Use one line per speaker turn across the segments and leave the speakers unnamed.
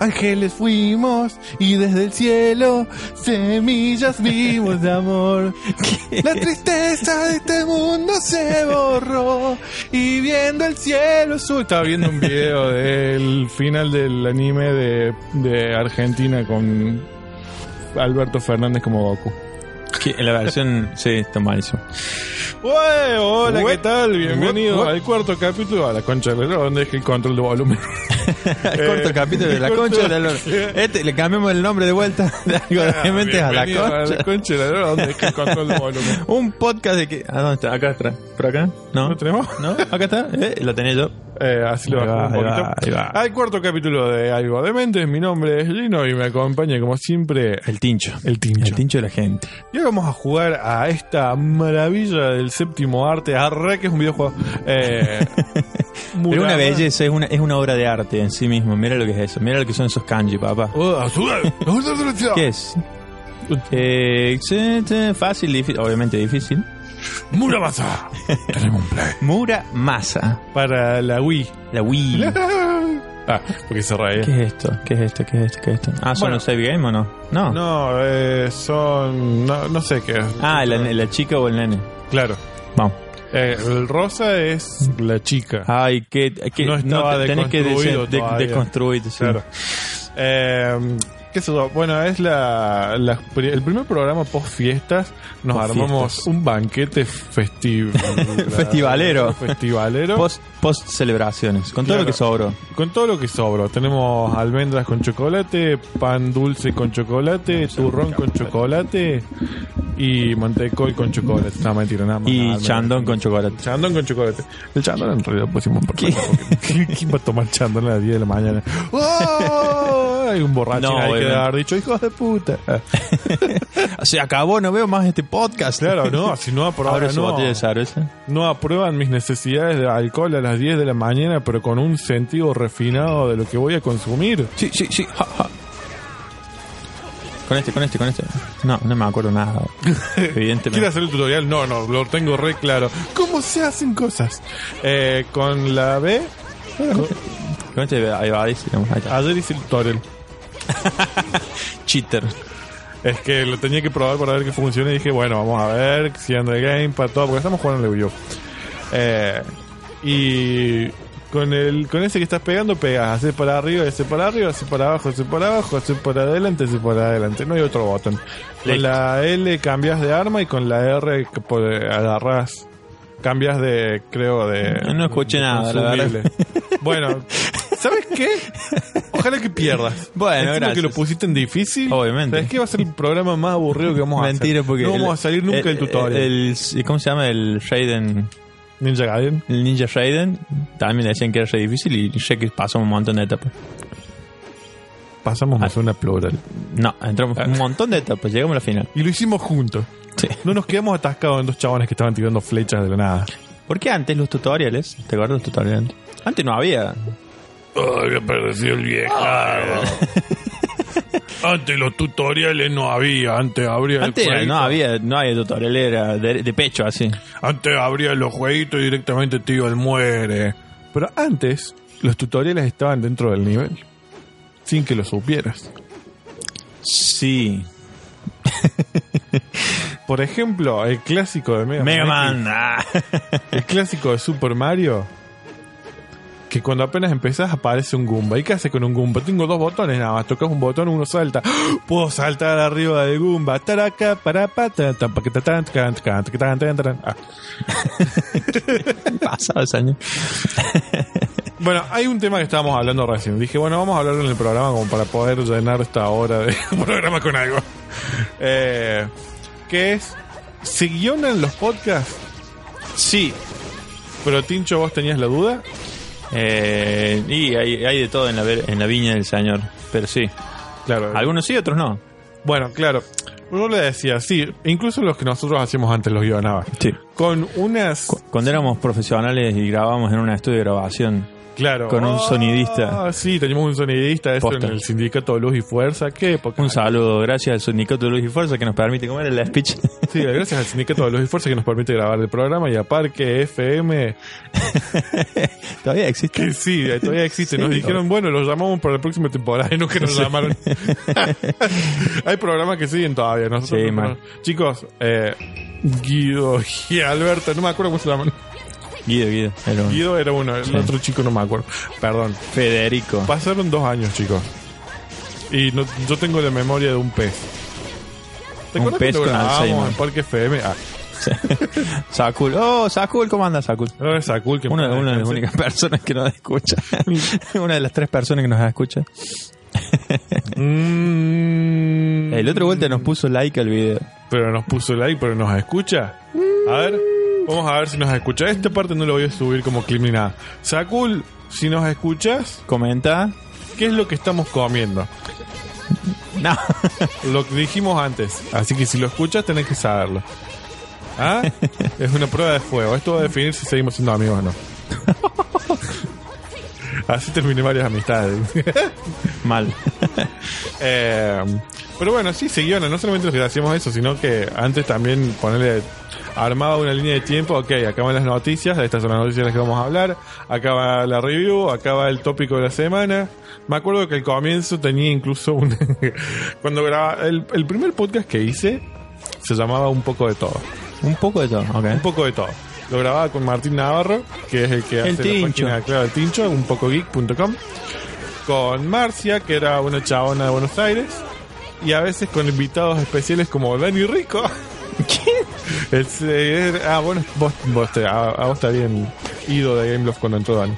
Ángeles fuimos y desde el cielo semillas vimos de amor. La tristeza de este mundo se borró y viendo el cielo azul. Estaba viendo un video del final del anime de, de Argentina con Alberto Fernández como Goku.
Que La versión, sí, está malísimo.
Ué, hola,
Ué,
¿qué tal? Bienvenido
ué, ué.
al cuerto capítulo. A la concha del reloj, ¿dónde es que el control de volumen?
El corto
Eh,
capítulo de la
corto-
concha del olor. Este, le cambiamos el nombre de vuelta de algo de mentes a la
Bienvenido
concha.
del reloj, ¿dónde es que el control de volumen?
Un podcast de que. ¿A dónde está? Acá atrás. ¿Por acá? No.
¿No tenemos?
¿No? Acá está. Eh, lo tenés yo.
Eh, así lo
Ahí va,
bajamos un
ahí
poquito.
va, ahí va.
Al cuarto capítulo de Algo de Mentes, mi nombre es Lino y me acompaña como siempre
El tincho.
el Tincho.
El tincho de la gente.
Y ahora vamos a jugar a esta maravilla del séptimo arte, arre que es un videojuego. Eh,
Pero una
Murama.
belleza, es una, es una obra de arte en sí mismo. Mira lo que es eso. Mira lo que son esos kanji, papá.
Oh, azul, azul, azul, azul.
¿Qué es? Eh, sí, sí, fácil, difícil. Obviamente difícil.
Muramasa. Tenemos un play.
Mura Masa.
Para la Wii.
La Wii.
ah, porque se reía.
¿Qué es esto? ¿Qué es esto? ¿Qué es esto? ¿Qué es esto? Ah, ¿son
Bueno.
los save game o no? No.
No, eh, son. No, no sé qué es.
Ah, la, la chica o el nene.
Claro.
Vamos.
Eh, el rosa es la chica.
Ay, que, que
No estaba
te- tenés que
deconstruido
desen- de-
todavía.
deconstruirte, sí.
Claro. Eh, ¿Qué es eso? Bueno, es la, la pri- el primer programa post fiestas. Nos
Post
armamos
fiestas.
un banquete festivo.
Festivalero.
Festivalero.
Post, post celebraciones, con todo
Claro.
lo que sobró.
con todo lo que sobró. Tenemos almendras con chocolate, pan dulce con chocolate, turrón con chocolate y mantecoy con chocolate. No, mentira, nada más.
Y
nada,
chandón con chocolate.
Chandón con chocolate. El chandón en realidad pues, lo pusimos por
¿Qué?
¿Quién va a tomar chandón a las 10 de la mañana? ¡Oh! Hay un borracho
No,
ahí que debe
obviamente.
haber dicho, hijos de puta.
Se acabó, no veo más este podcast.
Claro, no, si no
Ahora
aprueban,
su
no,
botella de cerveza.
no aprueban mis necesidades de alcohol a las 10 de la mañana, pero con un sentido refinado de lo que voy a consumir.
Sí, sí, sí. ja, ja. Con este, con este, con este. No, no me acuerdo nada. Evidentemente.
¿Quieres hacer el tutorial? No, no, lo tengo re claro. ¿Cómo se hacen cosas? Eh, con la B,
Con este, ahí va, ahí sí, vamos, ahí está.
ayer hice el tutorial.
Cheater.
Es que lo tenía que probar para ver que funciona y dije, bueno, vamos a ver si anda el game para todo, porque estamos jugando en el Wii U. Eh, y con el con ese que estás pegando, pegas, haces para arriba, haces para arriba, haces para abajo, haces para abajo, haces para adelante, haces para adelante. No hay otro botón. Con
Listo.
la L cambias de arma y con la R que po- agarras. Cambias de, creo, de.
No, no escuché
de
nada, la
consumible.
verdad.
Bueno, ¿sabes qué? Ojalá que pierdas.
Bueno,
Encima que
gracias.
lo pusiste en Pues difícil.
Obviamente.
¿Sabes qué? va a ser el programa más aburrido que vamos a
Mentira,
hacer.
porque.
No
el-
vamos a salir nunca del
el-
tutorial.
el- el- ¿Cómo se llama? El Raiden.
Ninja Gaiden.
El Ninja Raiden. También le decían que era re difícil y ya que pasó un montón de etapas. Ah.
Pasamos a una plural.
No, entramos
Ah.
un montón de etapas, llegamos a la final.
Y lo hicimos juntos.
Sí.
No nos quedamos atascados en dos chabones que estaban tirando flechas de la nada.
Porque antes los tutoriales, ¿te acuerdas los tutoriales? Antes no había.
Ay, apareció el viejardo. Antes los tutoriales no había, antes habría
Antes no había, no había tutorial, era de, de pecho así.
Antes abrías los jueguitos y directamente te iba el muere. Pero antes, los tutoriales estaban dentro del nivel. Sin que lo supieras.
Sí.
Por ejemplo, el clásico de Mega,
Mega
Man.
Man. ah.
El clásico de Super Mario. Que cuando apenas empezás aparece un Goomba. ¿Y qué haces con un Goomba? Tengo dos botones nada más. Tocas un botón, uno salta. Puedo saltar arriba del Goomba. Taraca, para, pa, tan, tan, pa, que, ta, tan, tacan, tacan, tacan, tacan, tacan. Ah.
Pasado ese año.
Bueno, hay un tema que estábamos hablando recién. Dije, bueno, vamos a hablarlo en el programa como para poder llenar esta hora de programa con algo. Eh, que es, ¿se guionan los podcasts? Sí. Pero Tincho, vos tenías la duda.
Eh, y hay, hay de todo en la, ver- en la viña del señor. Pero sí.
Claro.
Algunos sí, otros no.
Bueno, claro. Yo le decía, sí, incluso los que nosotros hacíamos antes los guionaba.
Sí.
Con unas...
Cuando éramos profesionales y grabábamos en un estudio de grabación.
claro.
con un
Ah,
sonidista.
Sí, teníamos un sonidista, eso en
Posta.
el sindicato de Luz y Fuerza. ¿Qué época?
Un saludo, gracias al sindicato de Luz y Fuerza que nos permite comer el speech.
Sí, gracias al Sindicato de Luz y Fuerza que nos permite grabar el programa y a Parque FM,
Todavía existe.
que sí, todavía existe. Nos
Sí,
dijeron, bueno, los llamamos para la próxima temporada y nunca nos llamaron. Hay programas que siguen todavía. Nosotros
Sí,
no-
mal.
Chicos, eh, Guido y Alberto, no me acuerdo cómo se llaman.
Guido, Guido. era un-
Guido era uno, el otro chico no me acuerdo. Perdón.
Federico.
Pasaron dos años, chicos. Y no- yo tengo la memoria de un pez. ¿Te
Un
acuerdas
pez
cuando
con
grabábamos
Alzheimer.
en Parque FM? Ah,
Sacul. Oh, Sacul, ¿cómo anda Sacul?
no era Sakul que
Una, una de las
Sí.
únicas personas que nos escucha. una de las tres personas que nos escucha.
Mm,
El otro vuelta nos puso like al video.
pero nos puso like, pero nos escucha. A ver, vamos a ver si nos escucha. Esta parte no lo voy a subir como clip ni nada. Sakul, si nos escuchas,
Comenta.
¿qué es lo que estamos comiendo?
No.
Lo que dijimos antes. Así que si lo escuchas, tenés que saberlo. ¿Ah? Es una prueba de fuego. Esto va a definir si seguimos siendo amigos o no. Así terminé varias amistades.
Mal.
Eh, pero bueno, sí, se guiona. No solamente los que hacíamos eso, sino que antes también ponerle. Armaba una línea de tiempo. Ok, acá van las noticias. Estas son las noticias de las que vamos a hablar. Acá va la review. Acá va el tópico de la semana. Me acuerdo que al comienzo tenía incluso un. cuando grababa. El, el primer podcast que hice se llamaba Un poco de todo.
Un poco de todo.
Un
Ok.
poco de todo. Lo grababa con Martín Navarro, que es el que hace
Tincho.
la página, claro, el tincho, unpocogeek.com. Con Marcia, que era una chabona de Buenos Aires. Y a veces con invitados especiales como Dani Rico. El se- er- ah, bueno, vos, vos te- a, a vos te habían ido de Game Love cuando entró Dani.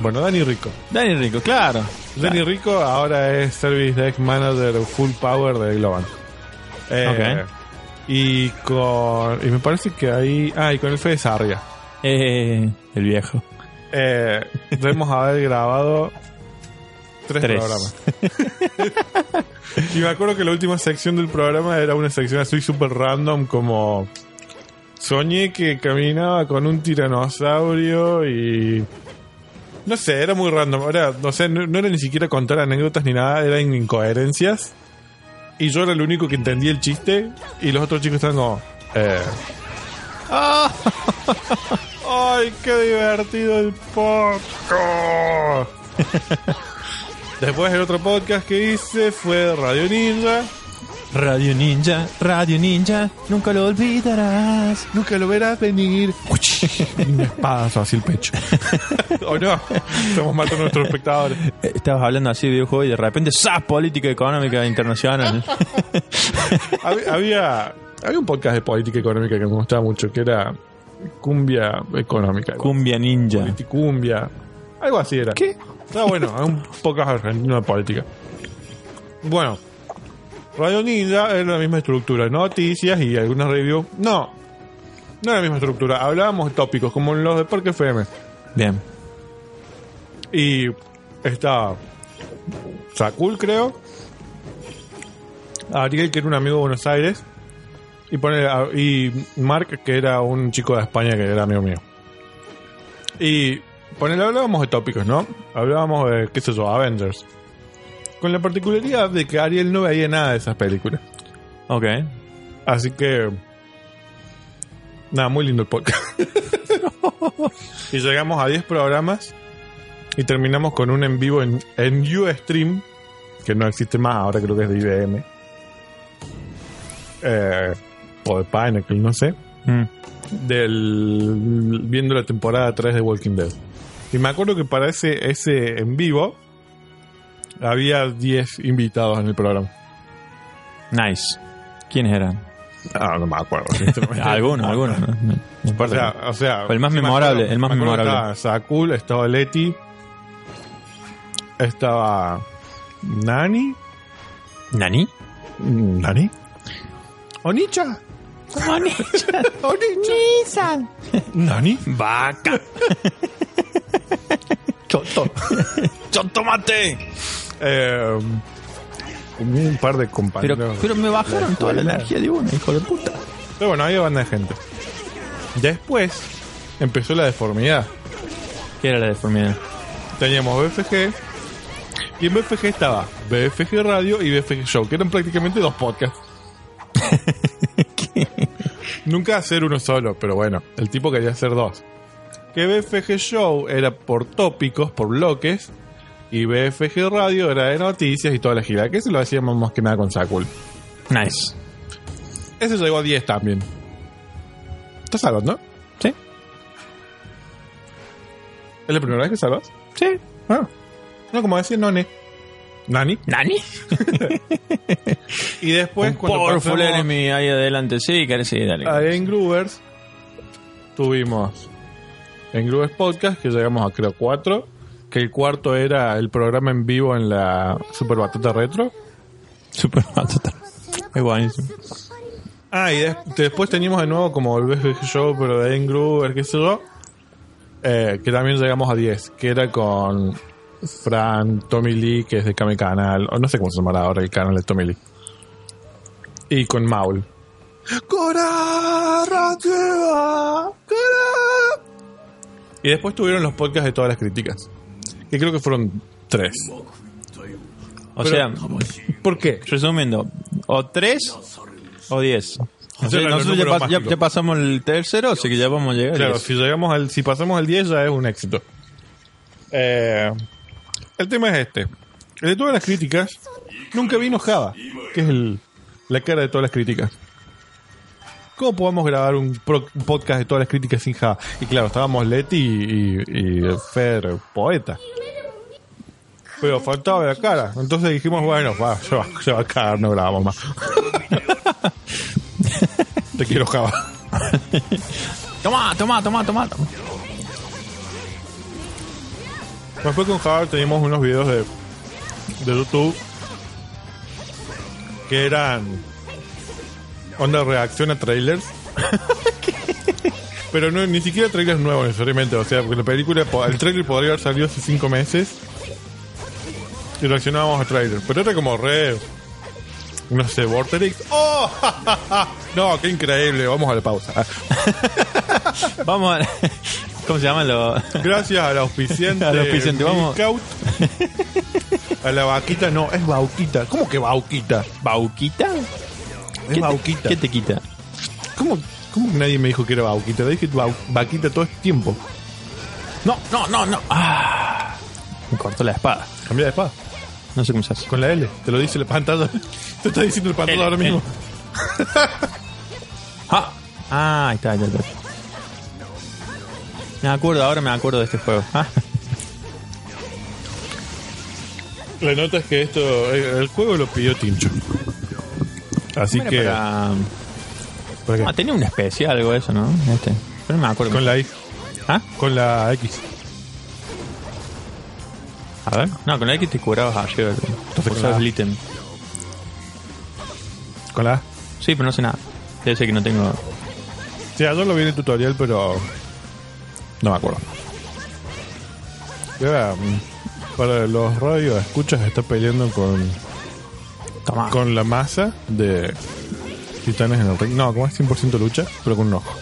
Bueno, Dani Rico.
Dani Rico, claro.
Dani Rico ahora es Service Desk Manager Full Power de Globan. Eh, Y con. Y me parece que ahí. Ah, y con el Fede Sarria.
Eh, el viejo.
Eh, debemos haber grabado. Tres,
Tres.
programas. y me acuerdo que la última sección del programa era una sección así super random, como. Soñé que caminaba con un tiranosaurio y. No sé, era muy random. Era, no sé, no, no era ni siquiera contar anécdotas ni nada, eran incoherencias. Y yo era el único que entendía el chiste y los otros chicos estaban como. Eh. ¡Ay, qué divertido el podcast! Después el otro podcast que hice fue Radio Ninja.
Radio Ninja, Radio Ninja, nunca lo olvidarás.
Nunca lo verás venir. Una espadazo así el pecho. o no, estamos matando a nuestros espectadores.
Eh, Estabas hablando así de videojuegos y de repente ¡zas! Política económica internacional.
Hab- Había, había un podcast de política económica que me gustaba mucho, que era Cumbia Económica.
Cumbia Ninja.
Politicumbia. Algo así era.
¿Qué?
Está bueno, es un podcast argentino de política. Bueno, Radio Ninja era la misma estructura, noticias y algunas reviews. No, no era la misma estructura. Hablábamos de tópicos como en los de Parque FM.
Bien.
Y estaba Sakul, creo. Ariel, que era un amigo de Buenos Aires. Y, pone, y Mark, que era un chico de España que era amigo mío. Y ponele, hablábamos de tópicos, ¿no? Hablábamos de, qué sé yo, Avengers. Con la particularidad de que Ariel no veía nada de esas películas.
Ok.
Así que. Nada, muy lindo el podcast. y llegamos a 10 programas y terminamos con un en vivo en, en Ustream, que no existe más, ahora creo que es de IBM. Eh, o de Pinnacle, no sé.
Mm.
Del, viendo la temporada 3 de Walking Dead. Y me acuerdo que para ese, ese en vivo había 10 invitados en el programa.
Nice. ¿Quiénes eran?
Ah, no me acuerdo. sinceramente.
Alguno, alguno. no- no- no
O
importa.
sea, o sea,
Fue el más
sí me
memorable,
acuerdo-
el más
me acuerdo que
memorable.
Estaba Sakul, estaba Leti, estaba Nani,
¿Nani?
Nani, Onicha, Onicha, Nani,
Vaca.
Choto,
tomate!
eh, un par de compañeros.
Pero, pero me bajaron toda la energía de uno, hijo de puta.
Pero bueno, había banda de gente. Después empezó la deformidad.
¿Qué era la deformidad?
Teníamos BFG. Y en BFG estaba BFG Radio y BFG Show, que eran prácticamente dos podcasts. Nunca hacer uno solo, pero bueno, el tipo quería hacer dos. Que BFG Show era por tópicos, por bloques, y BFG Radio era de noticias y toda la gira, que eso lo hacíamos más que nada con Sakul.
Nice.
Ese llegó a 10 también. ¿Estás salvas, no?
¿Sí?
¿Es la primera vez que salvas?
¿Sí?
Ah. No, como decía None. Nani.
¿Nani?
Y después,
Un powerful
pasamos
enemy ahí adelante. Sí, que sí, dale.
a Engroovers, tuvimos Engroovers Podcast, que llegamos a creo cuatro. Que el cuarto era el programa en vivo en la Super Batata Retro.
Super total. Es buenísimo.
Ah, y des- después teníamos de nuevo como el BFG Show, pero de Engroover, qué sé yo. eh, que también llegamos a 10, que era con Fran, Tommy Lee, que es de Kame Canal, o no sé cómo se llamará ahora el canal de Tommy Lee. Y con Maul. ¡Cora! ¡Cora! Y después tuvieron los podcasts de todas las críticas. Que creo que fueron tres.
O
Pero-
sea,
¿Por qué?
resumiendo, o tres o diez. O sea,
eran los
nosotros ya,
números
pas- ya-
mágicos.
ya pasamos el tercero, así que ya vamos a llegar.
Claro,
a diez.
si llegamos al, si pasamos al 10 ya es un éxito. Eh, el tema es este. El de todas las críticas, nunca vino Java, que es el- la cara de todas las críticas. ¿Cómo podemos grabar un, pro- un podcast de todas las críticas sin Java? Y claro, estábamos Leti y, y- y Fer, poeta. Pero faltaba la cara. Entonces dijimos, bueno, va, se va, se va a cagar, no grabamos más. Te quiero Java.
Tomá, tomá, tomá, tomá. tomá.
Después con Javier teníamos unos videos de, de YouTube que eran onda reacción a trailers. Pero no, ni siquiera trailers nuevos necesariamente, o sea, porque la película, po- el trailer podría haber salido hace cinco meses y reaccionábamos a trailers. Pero era como re. No sé, Vorterix. ¡Oh! no, qué increíble. Vamos a la pausa.
Vamos a... ¿Cómo se llaman los...?
Gracias al auspiciante.
Al auspiciante, vamos.
Milcaut. A la vaquita, no, es bauquita. ¿Cómo que bauquita?
¿Bauquita?
Es bauquita.
¿Qué te quita?
¿Cómo, cómo nadie me dijo que era bauquita? Le dije bau- vaquita todo el tiempo.
No, no, no, no. Ah, me cortó la espada.
Cambia de espada.
No sé cómo se hace.
Con la L. Te lo dice la pantalla. Te está diciendo el pantalla
L,
ahora mismo.
Ah, ah ahí está, ya está. Me acuerdo, ahora me acuerdo de este juego. Ah,
La nota es que esto. eh, El juego lo pidió Tincho. Así
¿cómo era
que.
para-
¿para qué?
Ah, tenía un especial algo de eso, ¿no? Este. Pero no me acuerdo.
Con la I.
¿Ah?
Con la X.
A ver. No, con la X te curabas ayer.
con
Usabas
la-
el ítem.
Con la A.
Sí, pero no sé nada. Debe ser que no tengo...
Sí, yo lo vi en el tutorial, pero. No me acuerdo. Era, mm, para los radios, escuchas, está peleando con,
Tomá.
con la masa de titanes en el ring. No, como es 100% lucha, pero con un ojo.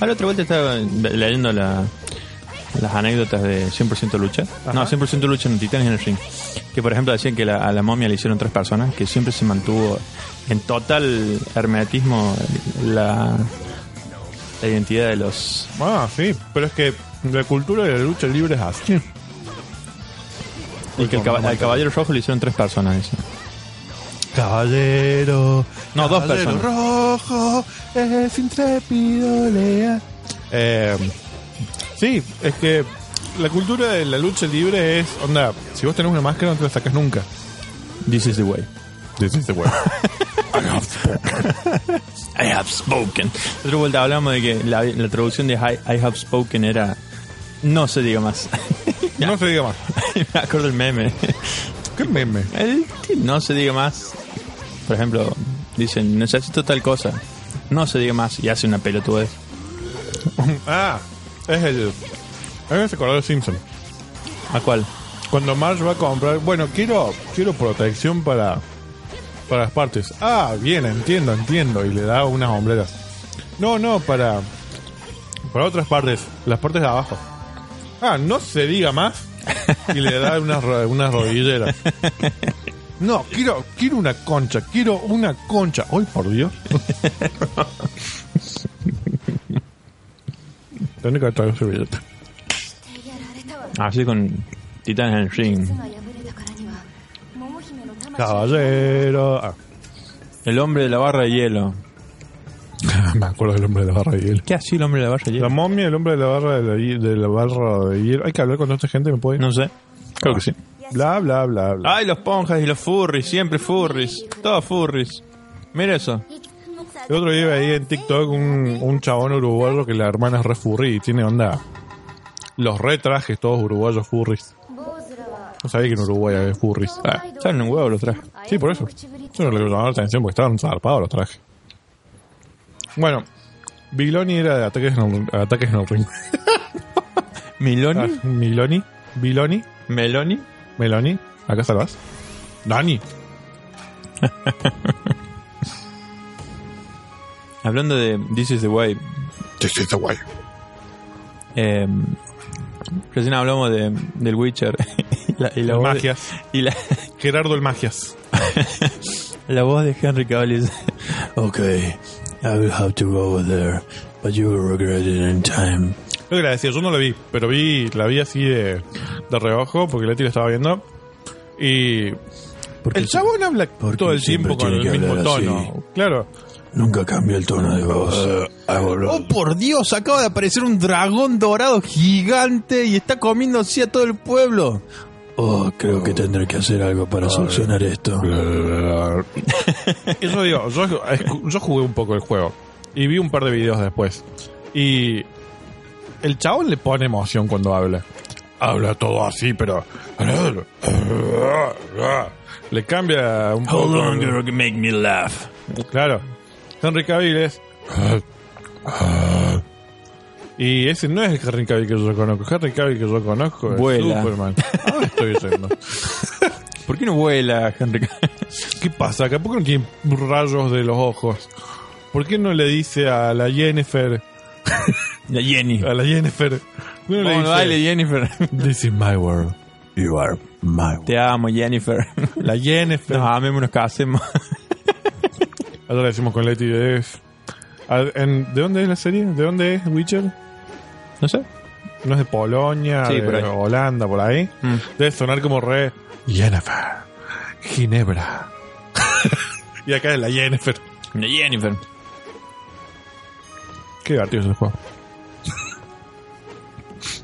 A la otra vuelta estaba leyendo la- las anécdotas de 100% lucha. No, 100% lucha en Titanes en el Ring. Que por ejemplo decían que la- a la momia le hicieron tres personas, que siempre se mantuvo en total hermetismo la, la identidad de los...
Ah, sí, pero es que la cultura de la lucha libre es así.
Y que el caba- al caballero rojo le hicieron tres personas. dice.
Caballero.
No, dos personas.
rojo es intrépido, lea. Eh, sí, es que la cultura de la lucha libre es, onda, si vos tenés una máscara no te la sacas nunca.
This is the way.
This is the way.
I have spoken. Otra vuelta hablamos de que la, la traducción de I, I have spoken era no se diga más.
No se diga más.
Me acuerdo el meme.
¿Qué meme?
El ti- no se diga más. Por ejemplo, dicen necesito tal cosa. No se diga más y hace una pelotudez.
Ah, es el. A mí me acordó de Simpson.
¿A cuál?
Cuando Marge va a comprar, bueno, quiero quiero protección para para las partes. Ah, bien, entiendo, entiendo. Y le da unas hombreras. No, no, para para otras partes, las partes de abajo. Ah, no se diga más. Y le da unas, ro- unas rodilleras. No, quiero quiero una concha, quiero una concha. ¡Ay, por Dios! Tengo que traer un servilleta.
大やられたわ
Así con Titanes en el
靴
ring.
が破れたからには桃姫の魂
Caballero. Ah,
El hombre de la barra de hielo.
me acuerdo del hombre de la barra de hielo.
¿Qué hacía el hombre de la barra de
La
hielo?
momia, el hombre de la barra de la, hi- de la barra de hielo. Hay que hablar con toda esta gente, ¿me puede?
No sé. Creo que sí.
Bla, bla, bla, bla.
Ay, los ponjas y los furries, siempre furries, todos furries. Mira eso.
El otro día veía en TikTok un, un chabón uruguayo que la hermana es re furry y tiene onda. Los retrajes todos uruguayos furries.
坊主らは
No sabía que en Uruguay había furries.
Ah, salen un huevo los trajes.
Sí, por eso. Eso no le llamaba la atención porque estaban zarpados los trajes. Bueno, Biloni era de ataques en el, ataques en el ring. Ah,
¿Miloni?
Miloni, Biloni,
Ah, ¿Meloni?
Meloni, acá salvas. Dani,
Hablando de This is the Way,
This is the way.
eh, recién hablamos de, del Witcher y la, y la
El
voz de-
Magias.
y la,
Gerardo el Magias.
la voz de Henry Cavill es Okay, I will have to go over there, but you will regret it in time.
Creo que la decía, yo no la vi, pero vi, la vi así de, de reojo porque Leti la estaba viendo. Y.
Porque
El chabón habla
porque
todo el
siempre
tiempo con el
tiene que
mismo
hablar así.
tono. Claro.
nunca cambió el tono de voz.
Uh,
Oh por Dios, acaba de aparecer un dragón dorado gigante y está comiendo así a todo el pueblo.
Oh, creo que tendré que hacer algo para solucionar esto.
Eh, Eso digo, yo, escu- yo jugué un poco el juego. Y vi un par de videos después. Y. El chabón le pone emoción cuando habla. Habla todo así, pero. Le cambia un poco.
How long you will make me laugh?
Claro. Henry Cavill es. Y ese no es el Henry Cavill que yo conozco. Henry Cavill que yo conozco es
Vuela.
Superman. Ahora estoy diciendo.
¿Por qué no vuela, Henry Cavill?
¿Qué pasa acá? ¿Por qué no tiene rayos de los ojos? ¿Por qué no le dice a la Jennifer?
La Jenny.
A la Jennifer. ¿Por qué no le
Vamos,
dice,
dale, Jennifer.
This is my world. You are my world.
Te amo, Jennifer.
La Jennifer.
Nos amemos, nos casemos.
Ahora le decimos con Leti es. a- en- ¿De dónde es la serie? ¿De dónde es Witcher?
No sé.
¿No es de Polonia?
Sí,
de
por ahí.
Holanda, por ahí.
Mm.
Debe sonar como re. Jennifer. Ginebra. y acá es la Jennifer.
La Mm. Jennifer.
Qué divertido es el juego.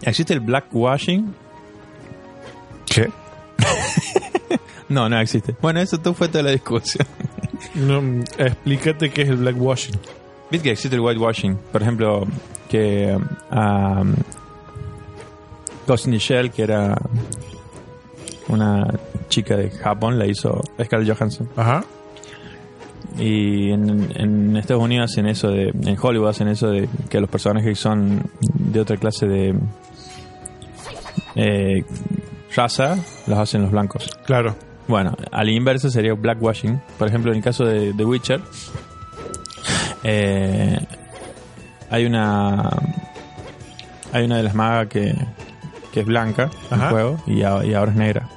¿Existe el blackwashing?
¿Qué?
No, no existe. Bueno, eso todo fue toda la discusión.
No, explícate qué es el blackwashing.
¿Viste que existe el whitewashing? Por ejemplo, que um, Ghost in the Shell, que era una chica de Japón, la hizo Scarlett Johansson.
Ajá.
Y en, en Estados Unidos hacen eso, de, en Hollywood hacen eso de que los personajes son de otra clase de eh, raza, los hacen los blancos.
Claro.
Bueno, al inverso sería blackwashing. Por ejemplo, en el caso de The Witcher, eh, hay una hay una de las magas que, que es blanca en el
Ajá.
juego y, a- y ahora es negra.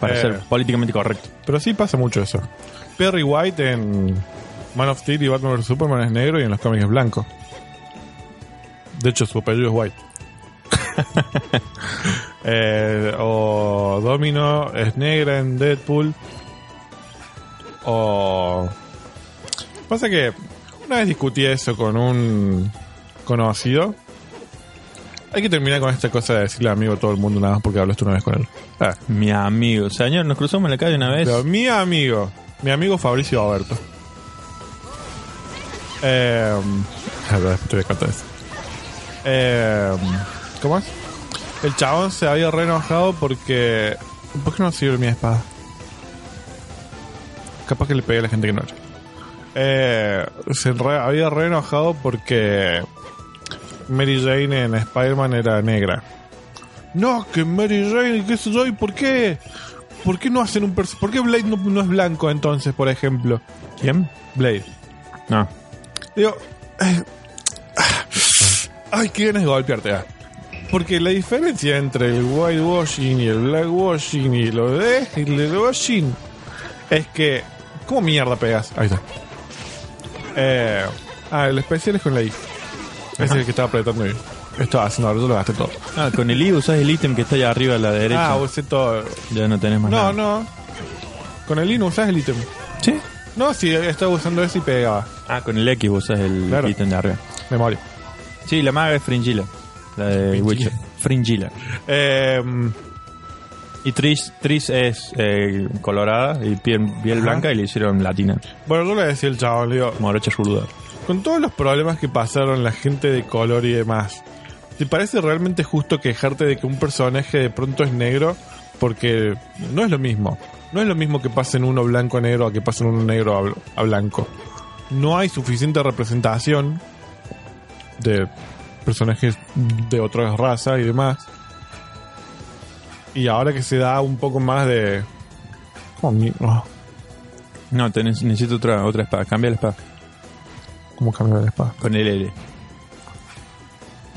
Para
Eh.
ser políticamente correcto.
Pero sí pasa mucho eso. Perry White en Man of Steel y Batman vs Superman es negro y en los cómics es blanco. De hecho, su apellido es White. Eh, o Domino es negra en Deadpool. O. Pasa que una vez discutí eso con un conocido. Hay que terminar con esta cosa de decirle amigo a todo el mundo nada más porque hablaste una vez con él. Ah.
Mi amigo, señor, nos cruzamos en la calle una vez.
Pero mi amigo. Mi amigo Fabricio Alberto. Eh, ahora después te voy a contar eso. Eh, ¿Cómo es? El chabón se había re enojado porque. ¿Por qué no sirve mi espada? Capaz que le pegué a la gente que no era. Eh, se re- había re enojado porque Mary Jane en Spider-Man era negra. No, que Mary Jane, qué sé yo, ¿y por qué? ¿Por qué no hacen un pers- ¿Por qué Blade no, no es blanco entonces, por ejemplo?
¿Quién?
Blade.
No.
Digo, eh, ay, qué ganas de golpearte. ah. Porque la diferencia entre el whitewashing y el blackwashing y lo de y el washing es que, ¿cómo mierda pegas? Ahí está. Eh, ah, el especial es con la I. Ese es el que estaba apretando yo. Estaba haciendo ahora, yo lo gasté todo.
Ah, con el I usás el ítem que está allá arriba a la derecha.
Ah, usé todo.
ya no tenés más
No,
nada.
no. Con el I no usás el ítem.
¿Sí?
No, sí, estaba usando ese y pegaba.
Ah, con el X usás el
Claro.
ítem de arriba.
Memoria.
Sí, la maga es Fringila. La de Witcher. Fringila.
Eh,
Y Tris, Tris es eh, colorada y piel, piel
Ajá.
blanca y le hicieron latina.
bueno, yo le decía al chabón, le digo,
Morocha ruda.
Con todos los problemas que pasaron la gente de color y demás, ¿te parece realmente justo quejarte de que un personaje de pronto es negro? Porque no es lo mismo. No es lo mismo que pasen uno blanco a negro a que pasen uno negro a, bl- a blanco. No hay suficiente representación de personajes de otras razas y demás. Y ahora que se da un poco más de... ¿Cómo, mi- oh,
No, tenés, necesito otra, otra espada. Cambia la espada.
cómo cambiar la espada?
Con el L.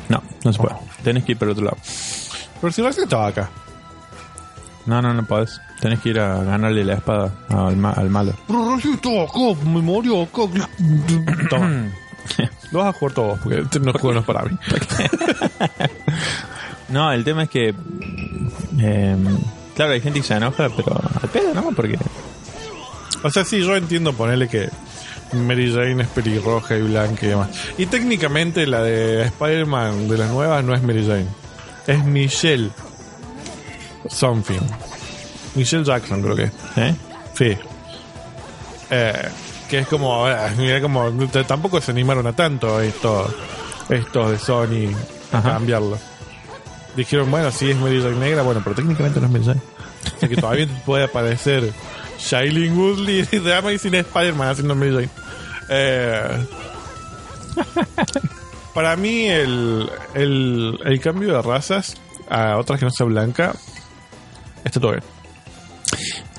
No, no se puede. Tenés que ir para otro lado.
Pero si recién estaba acá.
No, no, no podés. Tenés que ir a ganarle la espada al, ma- al malo.
Pero recién estaba acá, me murió acá. Toma. Lo vas a jugar todos, porque este no juego no es para mí.
No, el tema es que. eh, claro, hay gente que se enoja, pero al pedo, ¿no? Porque.
O sea, sí, yo entiendo ponerle que Mary Jane es pelirroja y blanca y demás. Y técnicamente la de Spider-Man de las nuevas no es Mary Jane. Es Michelle. Something. Michelle Jackson, creo que. es.
¿Eh?
Sí. Eh, que es como, eh, mira como t- tampoco se animaron a tanto estos estos de Sony a
Ajá.
cambiarlo. Dijeron, bueno, sí es Mary Jane negra, bueno, pero técnicamente no es Mary Jane. O sea que todavía puede aparecer Shailene Woodley de Amazing Spider-Man haciendo Mary Jane. Eh, para mí el, el, el cambio de razas a otras que no sea blanca está todo bien.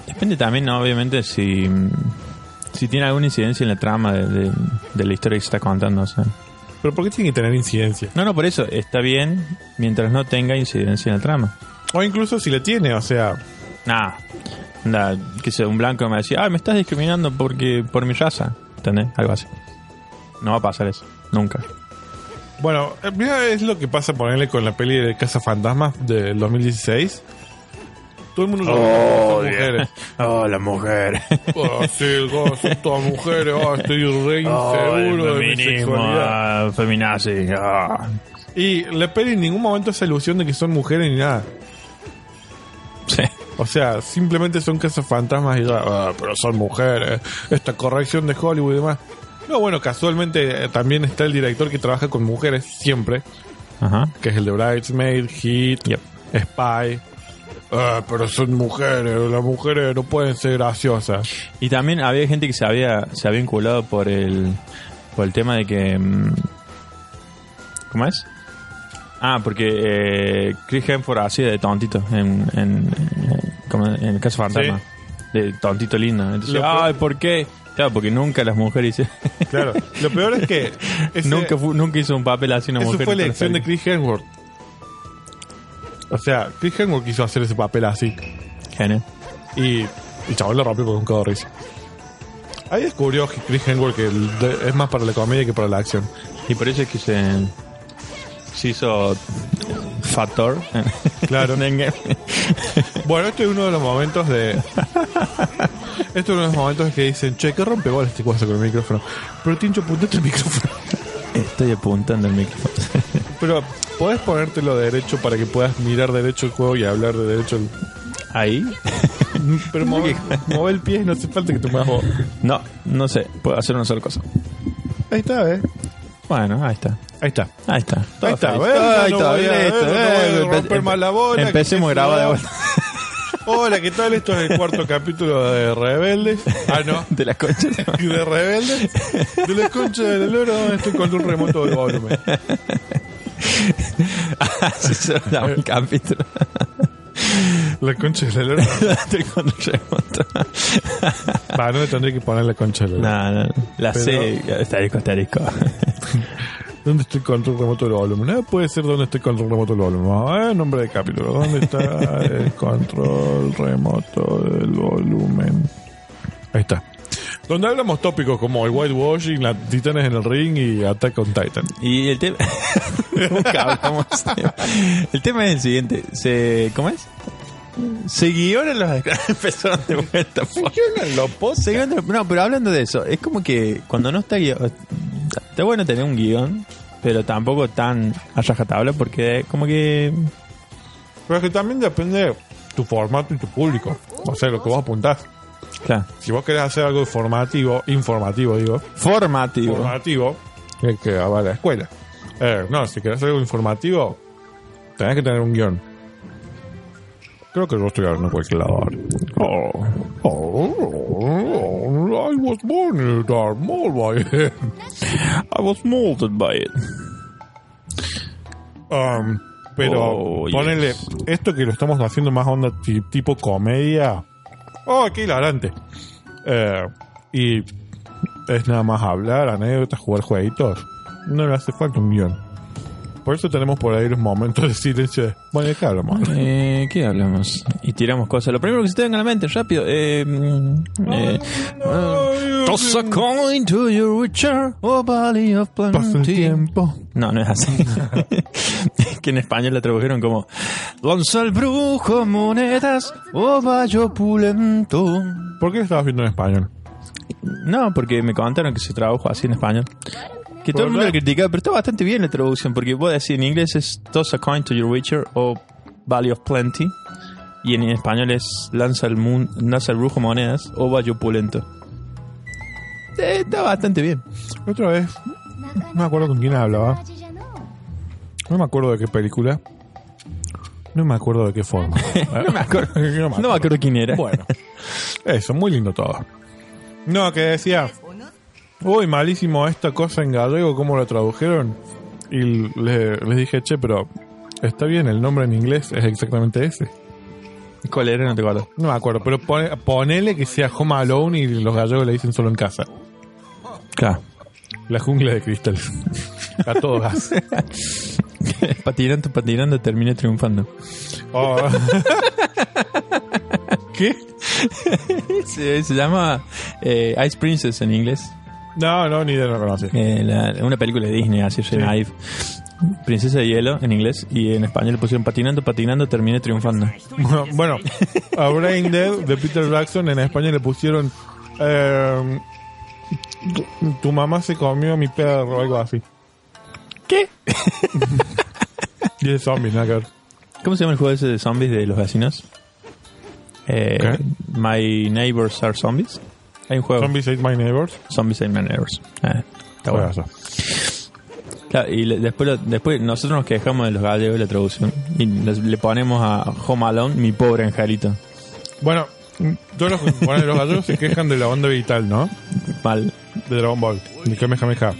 Depende también, ¿no? obviamente, si, si tiene alguna incidencia en la trama de, de- de la historia que se está contando. o sea.
Pero ¿por qué tiene que tener incidencia?
No, no, por eso está bien mientras no tenga incidencia en la trama.
O incluso si le tiene, o sea,
Nah, nah, que sea un blanco me decía, ah, me estás discriminando porque por mi raza. ¿Entendés? Algo así. No va a pasar eso, nunca.
bueno, eh, mira, es lo que pasa ponerle con la peli de Casa Fantasma del 2016. Todo el mundo lo oh, mujeres.
Oh, la mujer.
Oh, sí, oh, son todas mujeres, oh, estoy re inseguro
Seguro
de mi sexualidad.
ah.
feminazi. ah.
Y la peli en ningún momento hace alusión de que son mujeres ni nada.
Sí.
O sea, simplemente son cazafantasmas y ya, "Ah, pero son mujeres, esta corrección de Hollywood y demás. No, bueno, casualmente eh, también está el director que trabaja con mujeres siempre.
Ajá.
que es el de Bridesmaid, Hit,
Yep.
Spy. Ah, pero son mujeres, las mujeres no pueden ser graciosas.
Y también había gente que se había, se había vinculado por el, por el tema de que... mm, ¿Cómo es? Ah, porque eh, Chris Hemsworth hacía de tontito en, en, en- como en el caso Fantasma. De tontito lindo. Entonces,
Lo
ay, ¿por qué? Claro, porque nunca las mujeres... hice-
Claro, lo peor es que ese-
nunca, fu- nunca hizo un papel así una
eso
mujer.
fue
en toda
la
la
elección de
serie.
Chris Hemsworth. O sea, Chris Hemsworth quiso hacer ese papel así
Genial.
y el chaval lo rompió con un codo de risa. Ahí descubrió que Chris Hemsworth que el de- es más para la comedia que para la acción.
Y por eso es que se, se hizo Factor.
Claro. Bueno, este es uno de los momentos de. Este es uno de los momentos que dicen, che, que rompe bolas este cuaso con el micrófono. Pero Tincho, apuntate el micrófono.
Estoy apuntando el micrófono.
Pero, ¿podés ponértelo derecho para que puedas mirar derecho el juego y hablar de derecho? el-
Ahí.
Pero mueve, mueve el pie, no hace falta que te muevas vos.
No, no sé, puedo hacer una sola cosa.
Ahí está, ¿eh?
Bueno, ahí está.
Ahí está.
Ahí está. Todo
Ahí está,
feliz. Ah,
bueno,
Ahí
no
está,
voy a-
bien, listo,
no voy a
bien.
romper
Empe-
más la bola,
Empecemos
que-
a grabar de vuelta
Hola, ¿qué tal? Esto es el cuarto capítulo de Rebeldes. Ah, no.
de las conchas.
De Rebeldes. De la concha del oro. Estoy con un remoto de volumen.
Así se llama el capítulo.
La concha del oro.
Estoy con el remoto.
Va, no le tendré que poner la concha del oro.
No, no, no. La
Pero-
C, está disco, está disco.
¿Dónde estoy con el remoto del volumen? Eh, puede ser donde estoy con el remoto del volumen. Vamos a ver, nombre de capítulo. ¿Dónde está el control remoto del volumen? Ahí está. Donde hablamos tópicos como el whitewashing, las titanes en el ring y Attack on Titan.
Y el tema. Nunca hablamos. El tema es el siguiente. Se... ¿Cómo es? Se guionan los. Empezaron de vuelta. por-
lo
Se guionan los- No, pero hablando de eso, es como que cuando no está guión. Está bueno tener un guión, pero tampoco tan a rajatabla porque como que.
Pero es que también depende de tu formato y tu público. O sea, lo que vos apuntás.
Claro.
Si vos querés hacer algo formativo, informativo, digo,
Formativo.
formativo, es que va a la escuela. Eh, no, si querés algo informativo, tenés que tener un guión. Creo que yo estoy hablando cualquier lado. ahora. Oh, oh, oh, I was born in a mall by it.
I was molded by it.
Um, pero
Oh,
ponele
yes.
esto que lo estamos haciendo más onda ti- tipo comedia. Oh, qué hilarante. Eh, y es nada más hablar, anécdotas, jugar jueguitos. No le hace falta un guión. Por eso tenemos por ahí los momentos de silencio. de, Bueno, ¿de ¿qué hablamos?
Eh, ¿Qué hablamos? Y tiramos cosas. Lo primero que se te venga a la mente, rápido. Eh, mm, eh,
Ay,
Toss a coin to your witcher, a body of
Pasa el
plenty.
tiempo.
No, no es así. que en español la tradujeron como Lanza al brujo monedas, oh, ovallo opulento.
¿Por qué lo estabas viendo en español?
No, porque me contaron que se tradujo así en español. Que todo el mundo
Hola.
lo criticaba, pero está bastante bien la traducción, porque vos decís en inglés es Toss a coin to your witcher o Value of Plenty, y en español es Lanza al, mun- lanza al brujo monedas o Vallo opulento. Eh, está bastante bien.
Otra vez, no me acuerdo con quién hablaba.
味じゃのう
No me acuerdo de qué película. No me acuerdo de qué forma. Eh,
No me acuerdo,
No me
no me acuerdo quién era.
Bueno, eso, muy lindo todo. No, que decía, uy, malísimo esta cosa en gallego, cómo lo tradujeron. Y le- les dije, che, pero está bien, el nombre en inglés es exactamente ese.
¿Cuál era? No te acuerdo.
No me acuerdo, pero pone- ponele que sea Home Alone y los gallegos le dicen solo en casa.
Claro.
La jungla de cristal. A todo gas.
patinando, patinando, terminé triunfando.
Oh. ¿Qué?
Se, se llama eh, Ice Princess en inglés.
No, no, ni idea, no lo conoce.
Eh, la- una película de Disney, así se llama Ice. Princesa de hielo en inglés y en español le pusieron patinando, patinando, terminé triunfando.
Bueno, bueno, a Brain Dead de Peter Jackson en España le pusieron eh, tu, tu mamá se comió a mi perro o algo así.
¿Qué?
Y es zombie, nada que ver.
¿Cómo se llama el juego ese de zombies de los vecinos? Eh,
¿Qué?
My Neighbors Are Zombies. Hay un juego.
Zombies Ate My Neighbors.
Zombies and My Neighbors. Ah, está bueno.
Juegazo.
Claro, y le- después, lo- después nosotros nos quejamos de los gallegos y la traducción. Y les- le ponemos a Home Alone, mi pobre angelito.
Bueno, todos los, bueno, los gallegos se quejan de la onda vital, ¿no?
Mal.
De Dragon Ball, de Kamehameha.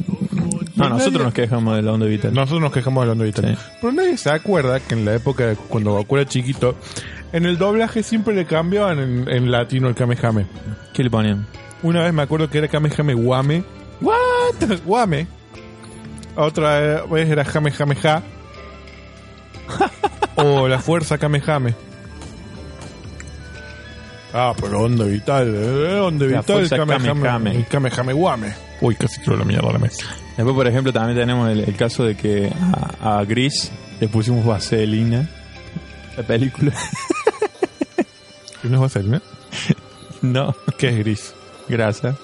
No, nosotros nos quejamos de la onda vital.
Nosotros nos quejamos de la onda vital.
Sí.
Pero nadie se acuerda que en la época de cuando Goku era chiquito, en el doblaje siempre le cambiaban en, en latino el Kamehame.
¿Qué le ponían?
Una vez me acuerdo que era Kamehame Wame. ¿What? Wame. Otra vez era Kamehameha. o la fuerza Kamehame. Ah, pero onda vital, ¿eh? Onda
La
vital el
fuerza Kamehame.
Kamehame. El Kamehame Wame. Uy, casi quiero la mierda a la mesa.
Después, por ejemplo, también tenemos el, el caso de que a, a Gris le pusimos vaselina. La película.
¿Qué nos va a hacer, eh?
no,
¿Qué es gris?
grasa.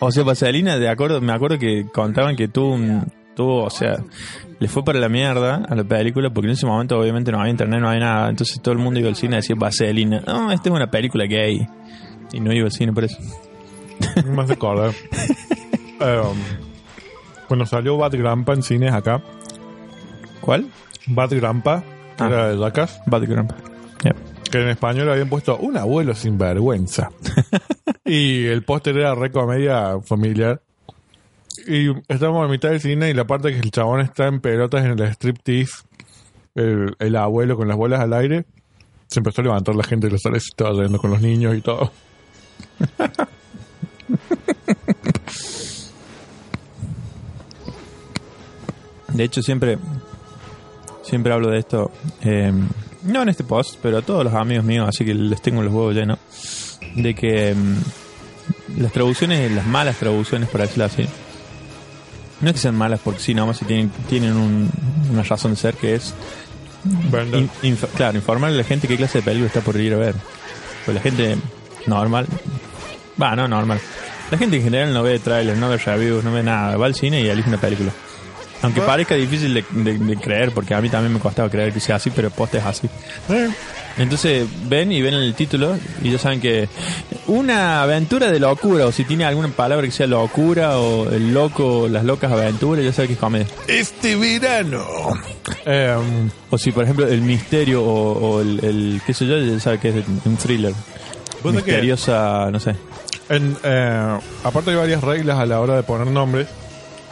O sea, vaselina, de acuerdo, me acuerdo que contaban que tuvo un, tuvo, o sea, le fue para la mierda a la película porque en ese momento obviamente no había internet, no había nada. Entonces todo el mundo iba al cine a decir vaselina. No, esta es una película gay. Y no iba al cine por eso.
No me hace acordar. Eh, um, cuando salió Bad Grandpa en cines acá,
¿Cuál?
Bad Grandpa, que
Ah.
era de Jackass,
Bad Grandpa. Yep.
que en español habían puesto un abuelo sin vergüenza. y el póster era re comedia familiar. Y estamos a mitad del cine y la parte que el chabón está en pelotas en el striptease, el, el abuelo con las bolas al aire, se empezó a levantar la gente de los sala y se estaba riendo con los niños y todo.
De hecho, siempre, siempre hablo de esto. eh, no en este post, pero a todos los amigos míos, así que les tengo los huevos llenos. De que mm, las traducciones, las malas traducciones, para decirlo así, no es que sean malas porque sí, nomás si tienen, tienen un- una razón de ser que es.
Brandon.
in- inf- claro, informar a la gente qué clase de película está por ir a ver. Pues la gente normal. Va, no normal. La gente en general no ve trailers, no ve reviews, no ve nada. Va al cine y elige una película. Aunque parezca difícil de, de- de creer, porque a mí también me costaba creer que sea así, pero poste es así.
Eh.
Entonces ven y ven el título y ya saben que una aventura de locura, o si tiene alguna palabra que sea locura, o el loco, las locas aventuras, ya saben que es comedia.
Este verano. Em,
O si, por ejemplo, el misterio o, o el, el- qué sé yo, ya saben que es un thriller.
¿Vos sabés que-
Misteriosa, no sé.
En, eh, aparte hay varias reglas a la hora de poner nombres.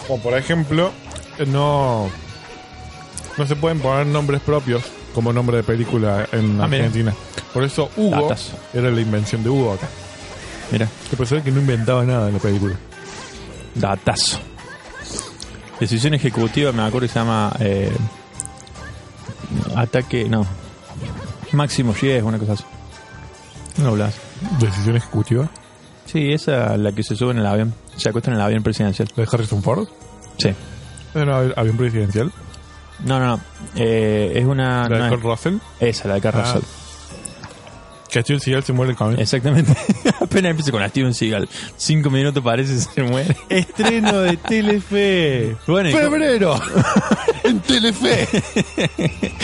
Como por ejemplo, eh, no, no se pueden poner nombres propios como nombre de película en
Ah, mira.
Argentina. Por eso Hugo
Datas.
era la invención de Hugo acá.
Mira,
Que pensaba que no inventaba nada en la película.
datazo. Decisión ejecutiva, me acuerdo que se llama eh, Ataque, no. Máximo riesgo, una cosa así. No hablas.
Decisión ejecutiva.
Sí, esa la que se sube en el avión. Se acuesta en el avión presidencial.
La de Harrison Ford.
Sí.
Era un avión presidencial.
No, no, no. Eh, es una.
La de
no
Kurt
es-
Russell.
esa, la de Carl
Ah.
Russell.
Que Steven Seagal se muere el camino.
Exactamente. Apenas empieza con Steven Seagal. Cinco minutos parece se muere.
Estreno de Telefe.
Bueno, y co-
Febrero. en Telefe.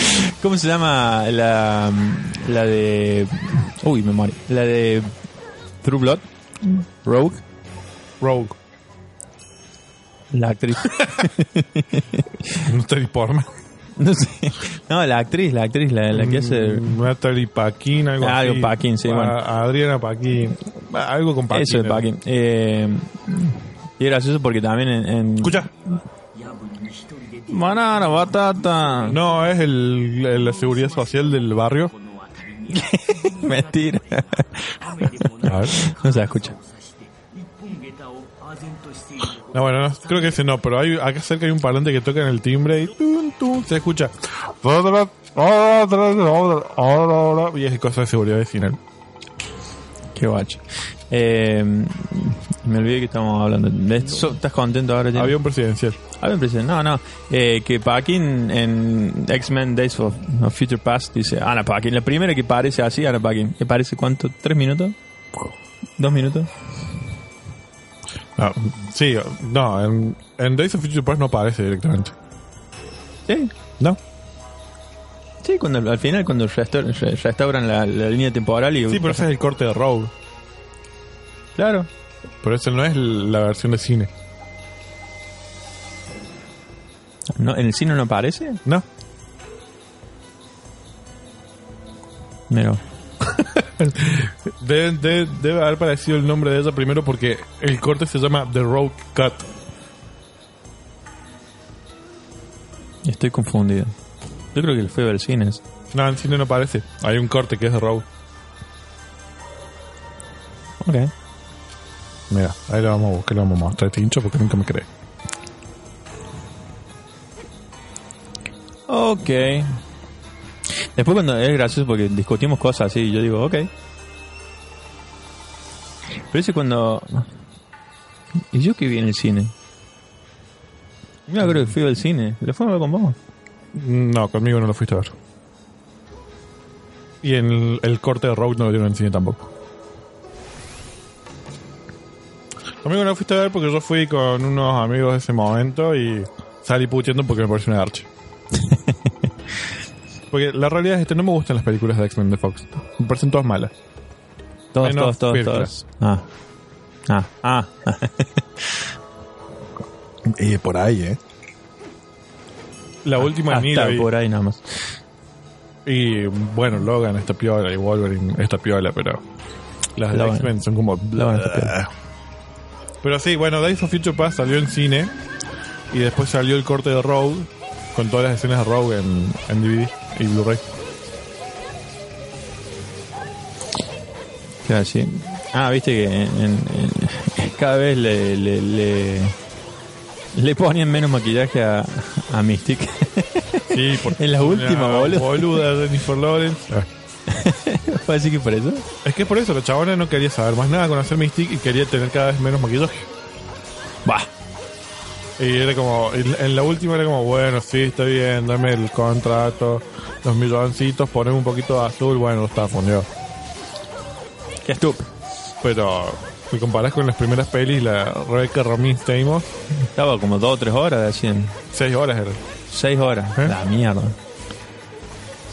¿Cómo se llama la, la de. Uy, me morí. La de True Blood, Rogue,
Rogue.
la actriz.
No está ni por más.
No sé. No, la actriz, la actriz, la, la que hace.
Mm, Natalie Paquín, algo
Ah, algo
así.
Paquín, sí,
A-
bueno.
Adriana Paquín. Ah, Algo con Paquín.
Eso de
eh.
Packing. Eh, y es gracioso porque también en. en-
Escucha.
Banana, batata.
No, es el, el- la seguridad social del barrio.
Mentira.
A ver.
No se escucha.
No, bueno, no, creo que ese no, pero hay, acá cerca hay un parlante que toca en el timbre y tun, tun, se escucha. Y es cosa de seguridad vecinal.
Qué guacho. Eh, me olvidé que estábamos hablando de esto. Ah, So- ¿Estás contento ahora? Jim?
Avión presidencial.
Había un presidente. No, no. Eh, que Packing en X-Men Days of, of Future Past dice Ana Packing. La primera que parece así, Ana Packing. ¿Que parece cuánto? ¿Tres minutos? ¿Dos minutos?
No, sí, no, en, en Days of Future Past no aparece directamente.
Sí.
No.
Sí, cuando, al final cuando resta- re- restauran la, la línea temporal y...
Sí, pero ese es el corte de Rogue.
Claro.
Pero esa no es la versión de cine.
No, ¿En el cine no aparece?
No.
Mira.
Debe, debe- debe haber parecido el nombre de ella primero porque el corte se llama The Road Cut.
Estoy confundido. Yo creo que fue al cine.
No, en cine no aparece. Hay un corte que es The Road.
Ok.
Mira, ahí lo vamos a buscar, lo vamos a mostrar tincho porque nunca me cree.
Ok. Después cuando es gracioso porque discutimos cosas así, yo digo, ok. Pero ese cuando... ¿Y yo que vi en el cine? Yo creo que fui al cine. ¿Lo fue a ver con vos?
No, conmigo no lo fuiste a ver. Y en el, el corte de Road no lo dieron en cine tampoco. Conmigo no lo fuiste a ver porque yo fui con unos amigos de ese momento y Salí puteando porque me parece una arche. porque la realidad es que no me gustan las películas de X-Men de Fox. Me parecen todas malas.
Todos,
Menos
todos, todos,
Pirkla.
todos. Ah. Ah, ah.
Y por ahí, ¿eh? La última es
Hasta
Nilo y-
ah, por ahí nada más.
Y bueno, Logan está piola y Wolverine está piola, pero las de
Logan.
X-Men son como.
Logan está piola.
Pero sí, bueno, Days of Future Past salió en cine y después salió el corte de Rogue con todas las escenas de Rogue en, en DVD y Blu-ray.
¿Qué iba a decir? Ah, viste que en- en- cada vez le, le, le, le ponían menos maquillaje a, a Mystic.
Sí, porque
En la última,
una
boludo.
Boluda de Jennifer Lawrence. Ah.
Así que por eso.
Es que por eso, la chabona no quería saber más nada con hacer Mystic y quería tener cada vez menos maquillaje.
Bah.
Y era como, en en la última era como, bueno, sí, está bien, dame el contrato, los milloncitos, poneme un poquito de azul, bueno, está fundido.
Qué estúpido.
Pero si comparás con las primeras pelis, la Rebecca Romín Stamos,
Estaba como dos o tres horas, decían.
seis horas era.
Seis horas.
¿Eh?
La mierda.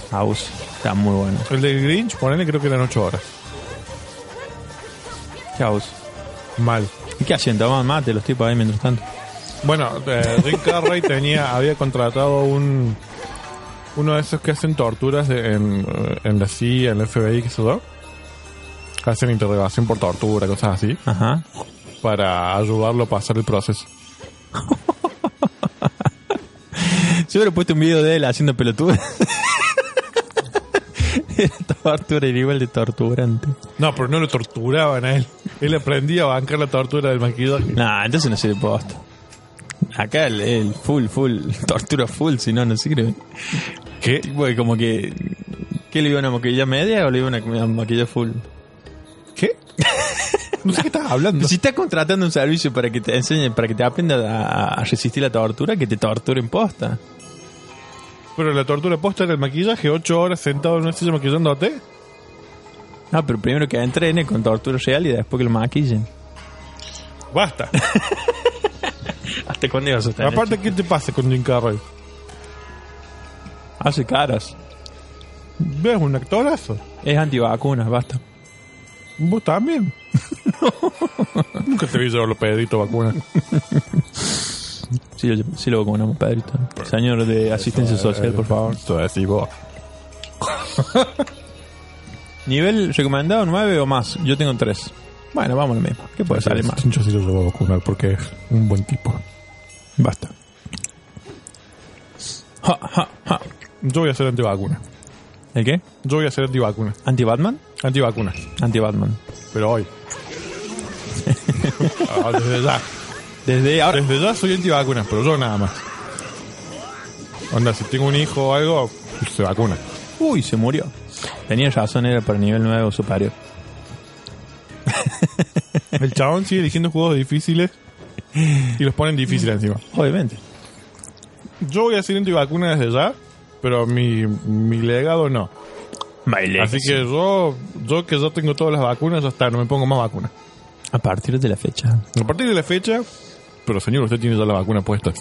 House. Está muy bueno.
El de Grinch, ponele, creo que eran ocho horas.
¿Qué House?
Mal.
¿Y qué hacían? Tomaban mate los tipos ahí mientras tanto.
Bueno, eh, Rick Carrey tenía, había contratado un uno de esos que hacen torturas de- en, eh, en la CIA, en la FBI, que se yo. Hacen interrogación por tortura, cosas así,
Ajá.
para ayudarlo a pasar el proceso.
Yo hubiera puesto un video de él haciendo pelotudas. Era tortura, era igual de torturante.
No, pero no lo torturaban a él. Él aprendía a bancar la tortura del maquillaje.
Nah, entonces no sirve posta. Acá el, el full, full, tortura full, si no, no sirve.
¿Qué?
Tipo de como que. ¿Qué le iban a maquillar media o le iban a maquillar full?
¿Qué? No sé qué estás hablando.
Si estás contratando un servicio para que te enseñe, para que te aprenda a, a resistir la tortura, que te torturen posta.
Pero la tortura posta era el maquillaje, ocho horas sentado en una silla maquillándote.
No, pero primero que entrene con tortura real y después que lo maquillen.
Basta.
Hasta cuando ibas a estar.
Aparte, ¿qué te pasa con Jim Carrey?
Hace caras.
¿Ves un actorazo?
Es antivacunas, basta.
¿Vos también? Nunca te vi llevar los peditos vacuna.
Sí, lo- sí lo vacunamos, Pedrito. Señor de asistencia social, eh, por favor.
Esto decís vos.
Nivel recomendado 9 o más. Yo tengo 3. Bueno, vamos a lo mismo. ¿Qué puede salir más?
Yo sí lo llevo a vacunar porque es un buen tipo.
Basta. Ja, ja, ja.
Yo voy a ser antivacuna.
¿El qué?
Yo voy a ser antivacuna.
¿Anti-Batman?
Antivacuna.
Anti-Batman.
Pero hoy. Ah, Desde ya.
Desde ahora.
Desde ya soy antivacuna, pero yo nada más. Onda, si tengo un hijo o algo, se vacuna.
Uy, se murió. Tenía razón, era para nivel 9 o superior.
El chabón sigue eligiendo juegos difíciles y los ponen difíciles encima.
Obviamente.
Mm. Yo voy a ser antivacuna desde ya, pero mi, mi legado no.
Baile.
Así que yo, yo que yo tengo todas las vacunas, ya está, no me pongo más vacunas.
A partir de la fecha.
A partir de la fecha, pero señor, usted tiene ya la vacuna puesta.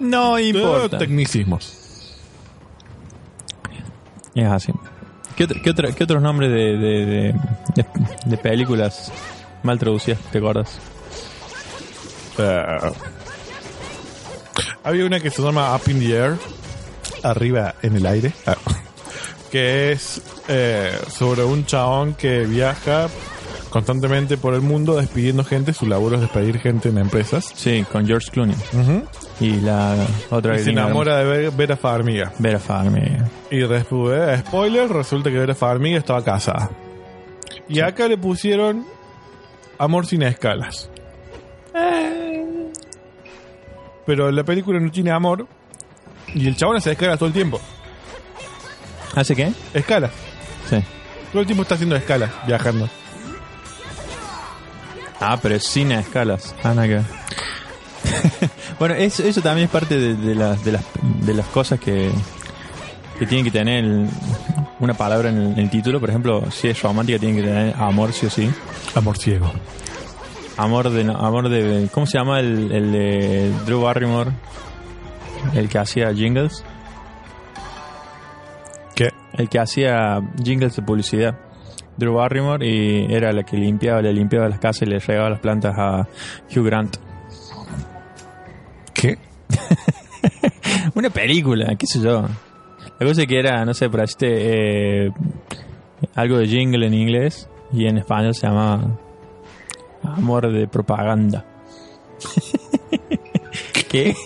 No
Todo Tecnicismos.
Es así. ¿Qué, otro- qué, otro- qué otros nombres de, de, de- de- de películas mal traducidas te acuerdas?
Ah. había una que se llama Up in the Air, arriba en el aire, ah, que es eh, sobre un chabón que viaja constantemente por el mundo despidiendo gente, su labor es despedir gente en empresas.
Sí, con George Clooney. Y la otra
Y se
gringa,
enamora de Ver- Vera Farmiga.
Vera Farmiga.
Y después, eh, spoiler, resulta que Vera Farmiga estaba casada. Y acá le pusieron Amor sin escalas. Pero la película no tiene amor. Y el chabón hace escalas todo el tiempo.
¿Hace qué?
Escalas.
Sí.
Todo el tiempo está haciendo escalas, viajando.
Ah, pero es sin escalas. Ah, nada que ver. bueno, eso, eso también es parte de, de las, de, las, de las cosas que, que tienen que tener el- una palabra en el, en el título. Por ejemplo, si es romántica, tienen que tener amor, sí o sí.
Amor ciego.
Amor de. no- amor de ¿Cómo se llama el, el de Drew Barrymore? El que hacía jingles.
¿Qué?
El que hacía jingles de publicidad. Drew Barrymore y era la que limpiaba, le limpiaba las casas y le regaba las plantas a Hugh Grant.
¿Qué?
Una película, qué sé yo. La cosa es que era, no sé, por así te, eh, algo de jingle en inglés y en español se llamaba Amor de Propaganda. ¿Qué?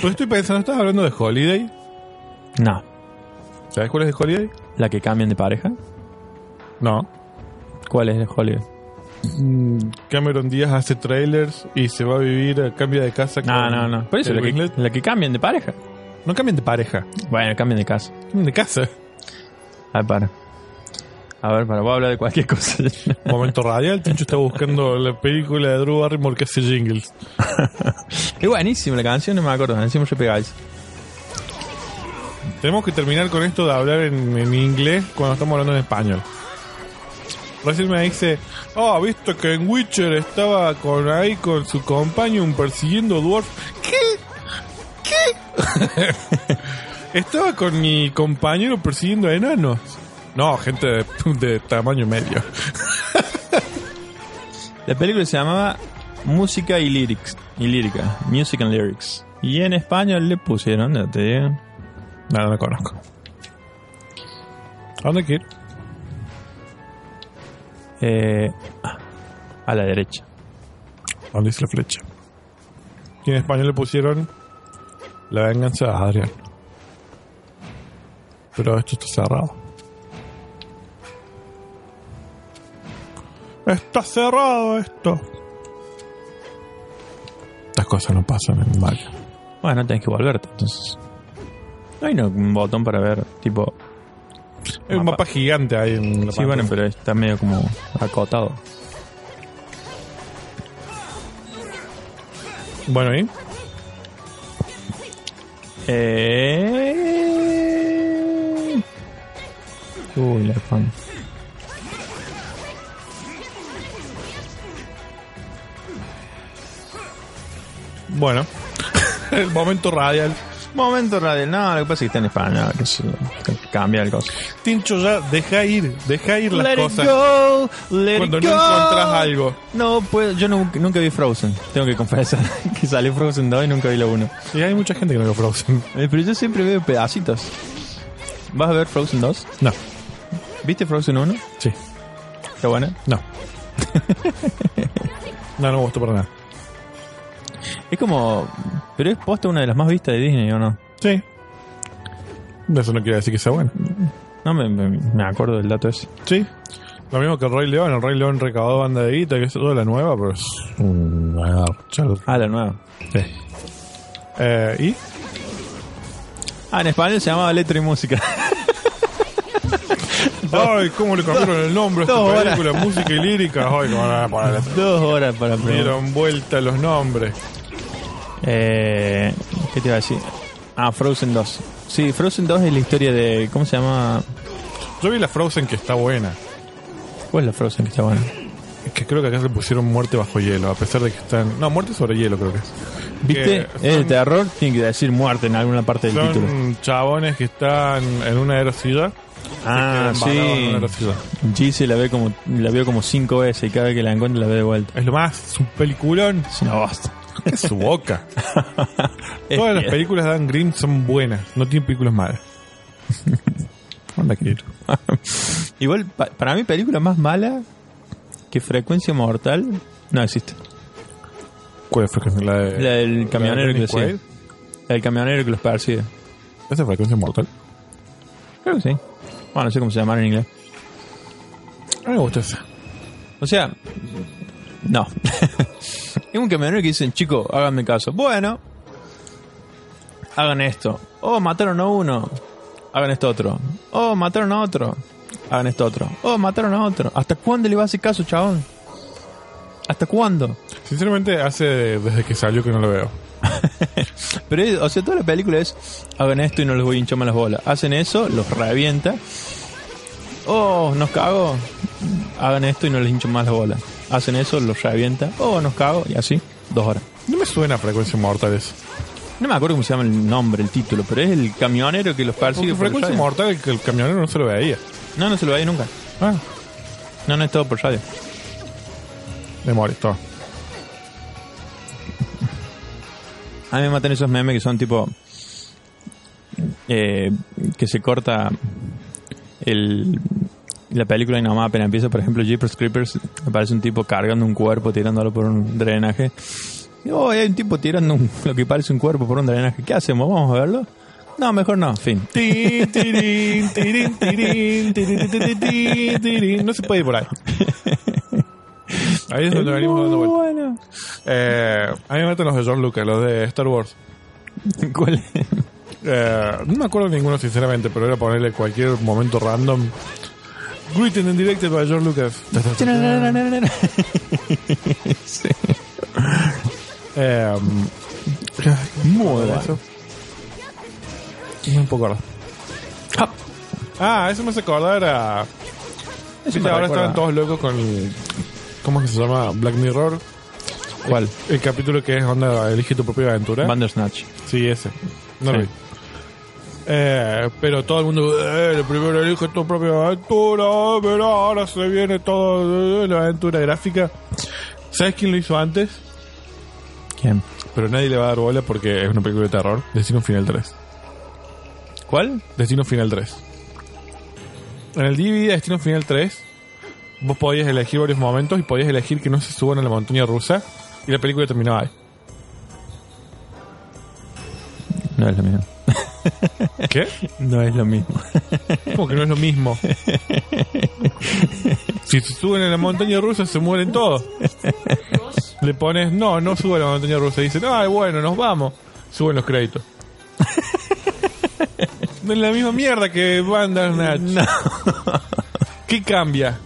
Pues estoy pensando, ¿estás hablando de Holiday?
No,
¿Sabes cuál es de Holiday?
la que cambian de pareja.
No.
¿Cuál es el Hollywood?
Cameron Díaz hace trailers y se va a vivir, cambia de casa.
No,
con
Ah, no, no. Por eso,
Kate
la que,
Winslet.
la que cambian de pareja.
No cambien de pareja,
Bueno, cambian de casa.
cambien de casa.
A ver, para. A ver, para, voy a hablar de cualquier cosa.
Momento radial, Tincho está buscando la película de Drew Barrymore que hace jingles.
es buenísima la canción, no me acuerdo. Encima yo pegáis.
Tenemos que terminar con esto de hablar en, en inglés cuando estamos hablando en español. Recién me dice, oh, visto que en Witcher estaba con ahí con su companion persiguiendo dwarf. ¿Qué? ¿Qué? estaba con mi compañero persiguiendo enanos. No, gente de, de tamaño medio.
La película se llamaba Música y Lyrics. Y lírica. Music and Lyrics. Y en español le pusieron, ya te digo.
No, no la conozco. ¿A dónde hay que ir?
eh, a la derecha.
¿A ¿Dónde dice la flecha? Y en español le pusieron La venganza de Adrián. Pero esto está cerrado. Está cerrado esto. Estas cosas no pasan en Mario.
Bueno, tenés que volverte, entonces. No hay no- un botón para ver, tipo.
Hay un
Mapa.
mapa gigante ahí en la
Sí, bueno,
pantalla.
pero está medio como acotado.
Bueno, ¿y?
Eh... Uy, la fan.
Bueno. El momento radial.
Momento radio. No, lo que pasa es que está en español. Que se, cambia el cosa.
Tincho ya, deja ir, deja ir las
Let
cosas.
it go, let
Cuando
it
no
go.
encontrás algo.
No, pues yo nunca, nunca vi Frozen. Tengo que confesar que salió Frozen 2 y nunca vi la 1.
Y hay mucha gente que no lo Frozen.
Eh, Pero yo siempre veo pedacitos. ¿Vas a ver Frozen 2?
No,
¿Viste Frozen 1?
sí.
Está buena.
No. no, no me gustó para nada.
Es como. Pero es posta una de las más vistas de Disney, ¿o no?
Sí. Eso no quiere decir que sea bueno.
No me, me- me acuerdo del dato ese.
Sí. Lo mismo que el Rey León. El Rey León recaudó banda de guita, que es toda la nueva, pero es una garcha.
Ah, la nueva.
Eh, ¿Y?
Ah, en español se llamaba Letra y Música.
Ay, cómo le cambiaron el nombre a
Dos
esta
horas.
película. Música y lírica. Ay, no, no, no, no, no.
Dos horas para aprender.
Dieron vuelta los nombres.
Eh, ¿Qué te iba a decir? Ah, Frozen 2. Sí, Frozen 2 es la historia de. ¿Cómo se llama?
Yo vi la Frozen que está buena.
¿Cuál es la Frozen que está buena?
Es que creo que acá le pusieron muerte bajo hielo, a pesar de que están. No, muerte sobre hielo creo que es.
¿Viste?
Que
Es de
son-
terror, tiene que decir muerte en alguna parte del título.
Son chabones que están en una aerociudad.
Ah,
se quedan varados en una
sí.
aerociudad.
Gise la ve como la vio como cinco veces y cada vez que la encuentra la ve de vuelta.
Es lo más, su peliculón.
Es una bosta.
Es su boca. Todas las películas de Dan Green son buenas, no tienen películas malas. Anda, querido.
Igual, pa- para mí, película más mala que Frecuencia Mortal no existe.
¿Cuál fue la de-
La del camionero
Eh, la de
que lo
Dennis
sigue. La del camionero que los persigue.
Quaid? ¿Esa es frecuencia mortal?
Creo que sí. Bueno, no sé cómo se llama en inglés.
A mí me gusta esa.
O sea, no. es un camionero que dicen, chico, háganme caso. Bueno, hagan esto. Oh, mataron a uno. Hagan esto otro. Oh, mataron a otro. Hagan esto otro. Oh, mataron a otro. ¿Hasta cuándo le va a hacer caso, chabón? ¿Hasta cuándo?
Sinceramente, hace desde que salió que no lo veo.
Pero, es- o sea, toda la película es: hagan esto y no les voy a hinchar más las bolas. Hacen eso, los revienta. Oh, nos cago. Hagan esto y no les hincho más las bolas. hacen eso, los revienta, oh, nos cago, y así, dos horas.
No me suena a Frecuencia Mortal eso.
No me acuerdo cómo se llama el nombre, el título, pero es el camionero que los persigue.
Porque
por el
Frecuencia
radio.
Mortal el, el camionero no se lo veía.
No, no se lo veía nunca.
Ah,
No, no es todo por radio.
me molestó.
A mí me matan esos memes que son tipo. eh, que se corta el, la película y nada más apenas empieza. Por ejemplo, Jeepers Creepers. Aparece un tipo cargando un cuerpo, tirándolo por un drenaje. Y, Oh, hay un tipo tirando un- lo que parece un cuerpo por un drenaje. ¿Qué hacemos? ¿Vamos a verlo? No, mejor no. Fin.
Tin, tirín, tirín, tirín, tirín, tirín, tirín, tirín. No se puede ir por ahí. Ahí es donde venimos dando
Muy
vueltas.
bueno.
Eh, a mí me meten los de John Lucas, los de Star Wars.
¿Cuál es?
Eh, no me acuerdo de ninguno, sinceramente, pero era ponerle cualquier momento random. Written and directed by George Lucas.
Sí.
Eh,
Muy Em, bueno.
un poco raro.
Ah,
Ah, eso me hace acordar a.
eso
Viste,
me
ahora
recuerda.
estaban todos locos con. el- ¿Cómo es que se llama? Black Mirror.
¿Cuál?
El capítulo que es Onda Elige tu propia aventura.
Bandersnatch.
Sí, ese. No lo
Sí.
vi. Eh, pero todo el mundo, eh, el primero elige tu propia aventura, pero ahora se viene todo eh, la aventura gráfica. ¿Sabes quién lo hizo antes?
¿Quién?
Pero nadie le va a dar bola porque es una película de terror. Destino Final 3.
¿Cuál?
Destino Final 3. En el DVD de Destino Final 3, vos podías elegir varios momentos y podías elegir que no se suban a la montaña rusa y la película terminaba ahí.
No es lo mismo.
¿Qué?
No es lo mismo.
Como que no es lo mismo. Si se suben a la montaña rusa, se mueren todos. Le pones, no, no sube a la montaña rusa. Y dicen, ay, bueno, nos vamos. Suben los créditos. No es la misma mierda que Bandersnatch. ¿Qué cambia?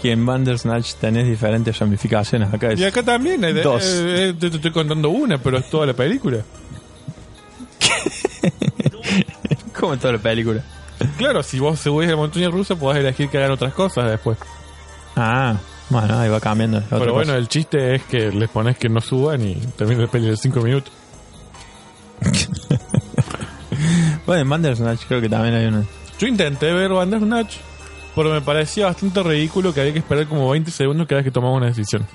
Que en Bandersnatch tenés diferentes ramificaciones. Acá es.
Y acá también. eh,
Dos.
eh, eh, te, te estoy contando una, pero es toda la película.
Como en toda la película.
Claro, si vos subís a la montaña rusa, podés elegir que hagan otras cosas después.
Ah, bueno, ahí va cambiando. es otra
pero bueno,
cosa.
el chiste es que les pones que no suban y termina la peli en 5 minutos.
Bueno, en Bandersnatch creo que también hay una.
Yo intenté ver Bandersnatch, pero me parecía bastante ridículo que había que esperar como 20 segundos cada vez que tomaba una decisión.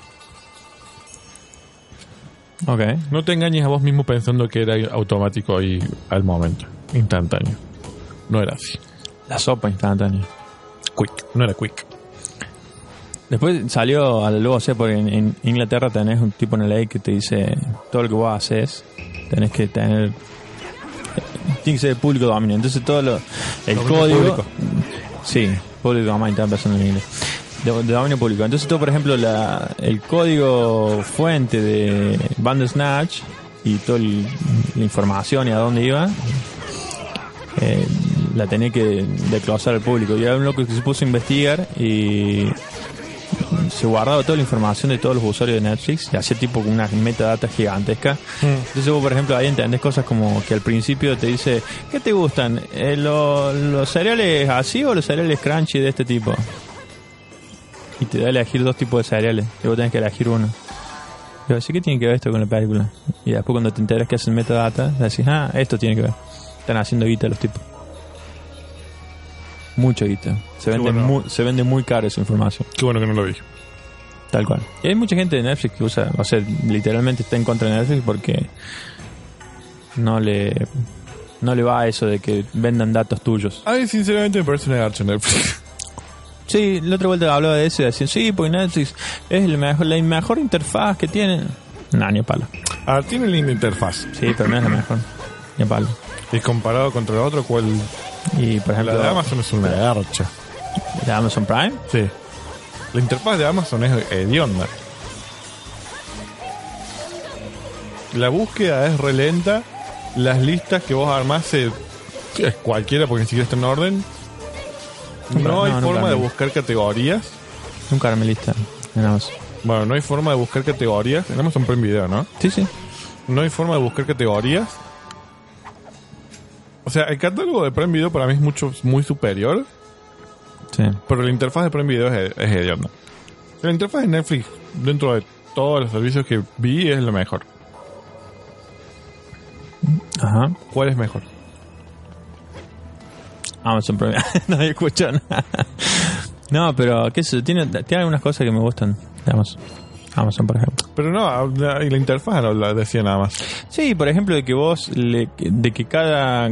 Ok.
No te engañes a vos mismo pensando que era automático y al momento, instantáneo. No era así.
La sopa instantánea.
Quick, no era quick.
Después salió a la luz, o sea, porque en, en Inglaterra tenés un tipo en la ley que te dice todo lo que vos haces, tenés que tener. Tiene que ser de público dominio. Entonces todo lo. El
Dominio
código.
público.
Sí, público dominio, estaba pensando en inglés. De, de dominio público. Entonces todo, por ejemplo, la, el código fuente de Bandersnatch y toda el- la información y a dónde iba, eh, la tenía que desglosar al público. Y había un loco que se puso a investigar y se guardaba toda la información de todos los usuarios de Netflix y hacía tipo una metadata gigantesca. Entonces vos, por ejemplo, ahí entendés cosas como que al principio te dice, ¿qué te gustan? Eh, lo- ¿Los cereales así o los cereales crunchy de este tipo? Y te da a elegir dos tipos de cereales y vos tenés que elegir uno. Y vos decís, ¿qué tiene que ver esto con la película? Y después cuando te enteras que hacen metadata, decís, ah, esto tiene que ver. Están haciendo guita los tipos. Mucha guita. Se vende,
bueno.
mu- se vende muy caro esa información.
Qué bueno que no lo vi.
Tal cual. Y hay mucha gente de Netflix que usa, o sea, literalmente está en contra de Netflix porque no le no le va a eso de que vendan datos tuyos.
A mí, sinceramente, me parece una garcha Netflix.
Sí, la otra vuelta hablaba de eso y decían, sí, porque Netflix es el mejor, la mejor interfaz que tienen. Nah, ni a palo.
Ah, tiene linda interfaz.
Sí, pero no es la mejor. Ni a palo.
Y comparado contra el otro, cual
Y por
la
ejemplo,
de Amazon es una garcha.
de Amazon Prime.
Sí. La interfaz de Amazon es hedionda. La búsqueda es relenta. Las listas que vos armás se- es cualquiera porque ni siquiera está en orden. No,
No,
hay
no,
forma
nunca
de
vi.
buscar categorías.
Un carmelista en Amazon.
Bueno, no hay forma de buscar categorías. En Amazon Prime Video, ¿no?
Sí, sí.
No hay forma de buscar categorías. O sea, el catálogo de Prime Video para mí es mucho muy superior,
Sí.
pero la interfaz de Prime Video es, es hedionda. La interfaz de Netflix, dentro de todos los servicios que vi, es lo mejor.
Ajá.
¿Cuál es mejor?
Amazon Prime. no había escuchado nada. No, pero qué sé, yo, tiene, tiene algunas cosas que me gustan de Amazon. Amazon, por ejemplo.
Pero no, la- y la interfaz no la decía nada más.
Sí, por ejemplo, de que vos, le- de que cada,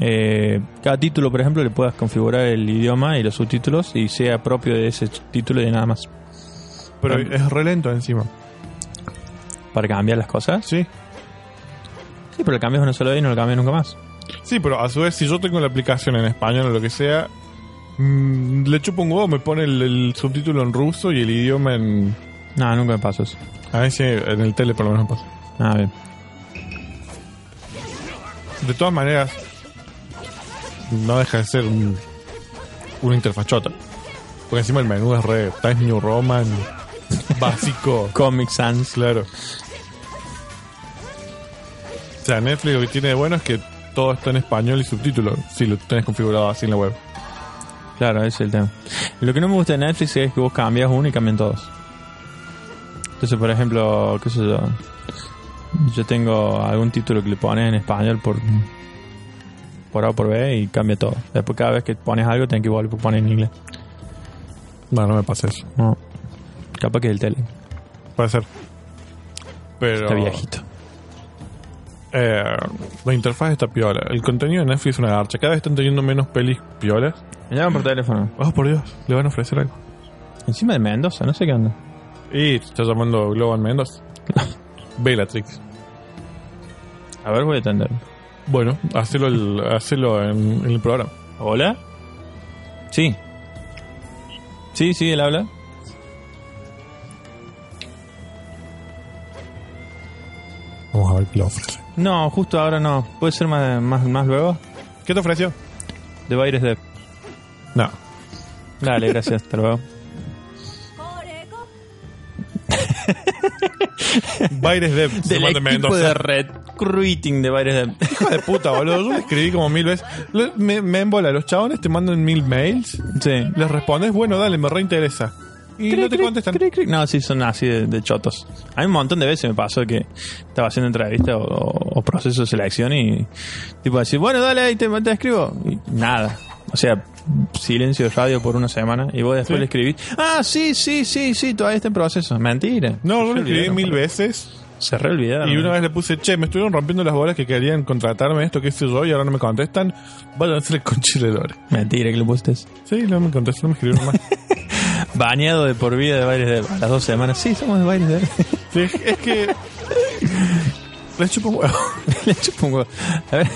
eh, cada título, por ejemplo, le puedas configurar el idioma y los subtítulos y sea propio de ese título y de nada más.
Pero
Ah.
es relento encima.
Para cambiar las cosas.
Sí.
Sí, pero lo cambias una sola vez y no lo cambias nunca más.
Sí, pero a su vez, si yo tengo la aplicación en español o lo que sea, mm, le chupo un huevo, me pone el, el subtítulo en ruso y el idioma en.
No, nunca me paso eso.
A veces en el tele por lo menos pasa.
Ah, bien.
De todas maneras, no deja de ser un, una interfaz chota. Porque encima el menú es re Times New Roman, básico.
Comic Sans.
Claro. O sea, Netflix lo que tiene de bueno es que todo está en español y subtítulo, si lo tenés configurado así en la web.
Claro, ese es el tema. Lo que no me gusta de Netflix es que vos cambias uno y cambian todos. Entonces, por ejemplo, qué sé yo. Yo tengo algún título que le pones en español por por A o por B y cambia todo. Después cada vez que pones algo tenés que volver a poner en inglés.
No, no me pasa eso.
No. Capaz que es el tele.
Puede ser. Pero
Está viejito.
eh, la interfaz está piola. El contenido de Netflix es una garcha. Cada vez están teniendo menos pelis piolas.
Me llaman por teléfono.
Oh, por Dios, le van a ofrecer algo.
Encima de Mendoza, no sé qué onda.
Y te está llamando Global Mendoza. Bellatrix.
A ver, voy a atender.
Bueno, hacelo, el- hacelo en, en el programa.
¿Hola? Sí. Sí, sí, él habla.
Vamos a ver qué le ofrece.
No, justo ahora no. ¿Puede ser más, más, más luego?
¿Qué te ofreció?
De Baires de...
No.
Dale, gracias, hasta luego.
Baires Depp, se
Del
manda
equipo
a Mendoza.
de recruiting de Baires de...
Hijo de puta, boludo. Yo le escribí como mil veces. Le- me, me embola. Los chabones te mandan mil mails.
sí.
Les respondes, bueno, dale, me reinteresa. Y no te
Cric,
contestan.
cric, cric. No, sí, son así de, de chotos. A mí un montón de veces me pasó que estaba haciendo entrevista o, o- o proceso de selección y tipo decir, bueno, dale ahí, te, te escribo. Y nada. O sea, silencio de radio por una semana y vos después le escribís, ah, sí, sí, sí, sí, todavía está en proceso. Mentira.
No, Ah. yo
Se
le escribí
olvidaron,
mil
boludo.
veces.
Se re olvidaron.
Y una vez le puse, che, me estuvieron rompiendo las bolas que querían contratarme esto, qué sé yo, y ahora no me contestan. Vayan a hacer el conchile de lore.
Mentira que lo pusiste.
Sí, no me contestan, no me escribieron más.
Bañado de por vida de bailes de... A las dos semanas. Sí, somos de bailes de...
Sí, es que. Les chupo un huevo.
Le chupo un huevo. A ver,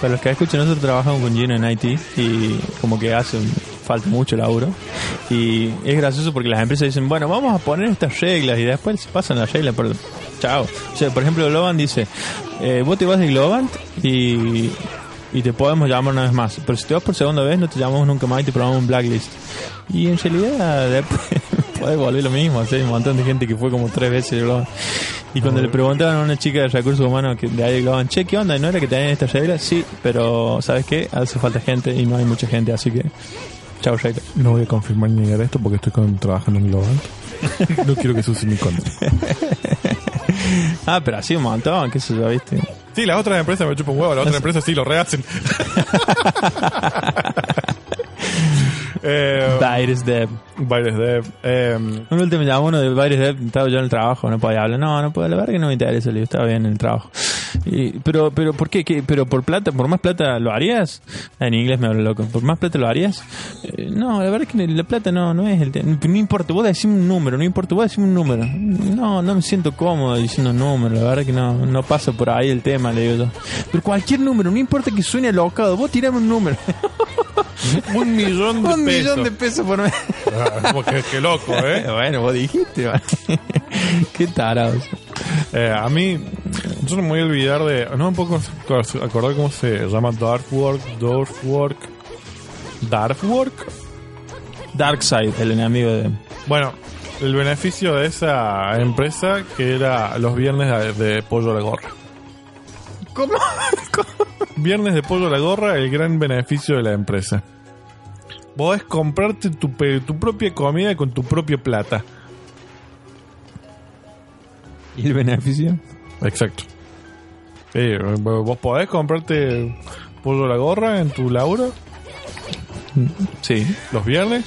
para los que escuchan, nosotros trabajamos con Gino en IT y como que hace un- falta mucho laburo. Y es gracioso porque las empresas dicen, bueno, vamos a poner estas reglas y después se pasan las reglas, pero chao. O sea, por ejemplo, Globant dice, eh, vos te vas de Globant y, y te podemos llamar una vez más, pero si te vas por segunda vez no te llamamos nunca más y te probamos un blacklist. Y en realidad después puede volver lo mismo, ¿sí? hay un montón de gente que fue como tres veces de Globant. Y cuando le preguntaban a una chica de recursos humanos que de ahí de Globant, che, ¿qué onda? ¿No era que tenían estas reglas? Sí, pero ¿sabes qué? Hace falta gente y no hay mucha gente, así que chao reglas.
No voy a confirmar ni negar esto porque estoy trabajando en Global. No quiero que use mi contra.
Ah, pero así un montón, qué sé yo, viste.
Sí, las otras empresas me chupan huevo, las otras empresas sí lo rehacen. eh,
Baires Dev.
Bailes de. eh,
Un último llamó uno de Baires Dev, estaba yo en el trabajo, no podía hablar. No, no puedo, la verdad que no me interesa, le digo, estaba bien en el trabajo. Y, pero, pero, ¿por qué? ¿Qué? ¿Pero por plata, por más plata lo harías? En inglés me hablo loco, ¿por más plata lo harías? Eh, no, la verdad es que la plata no, no es el tema. No importa, vos decís un número, no importa, vos decís un número. No, no me siento cómodo diciendo número, la verdad que no, no pasa por ahí el tema, le digo yo. Pero cualquier número, no importa que suene alocado, vos tirame un número.
un millón de
un
pesos.
millón de pesos por mes.
Ah, como que- qué loco, ¿eh?
Bueno, vos dijiste, Qué tarados.
Eh, A mí, yo no me voy a olvidar de. No me puedo ac- acordar cómo se llama Darkwork, Dorfwork. ¿Darkwork?
Darkseid, el enemigo de.
Bueno, el beneficio de esa empresa que era los viernes de, de pollo a la gorra.
¿Cómo?
Viernes de pollo a la gorra, el gran beneficio de la empresa. podés comprarte tu, pe- tu propia comida con tu propia plata.
¿Y el beneficio?
Exacto. vos podés comprarte pollo a la gorra en tu laburo
Sí.
los viernes.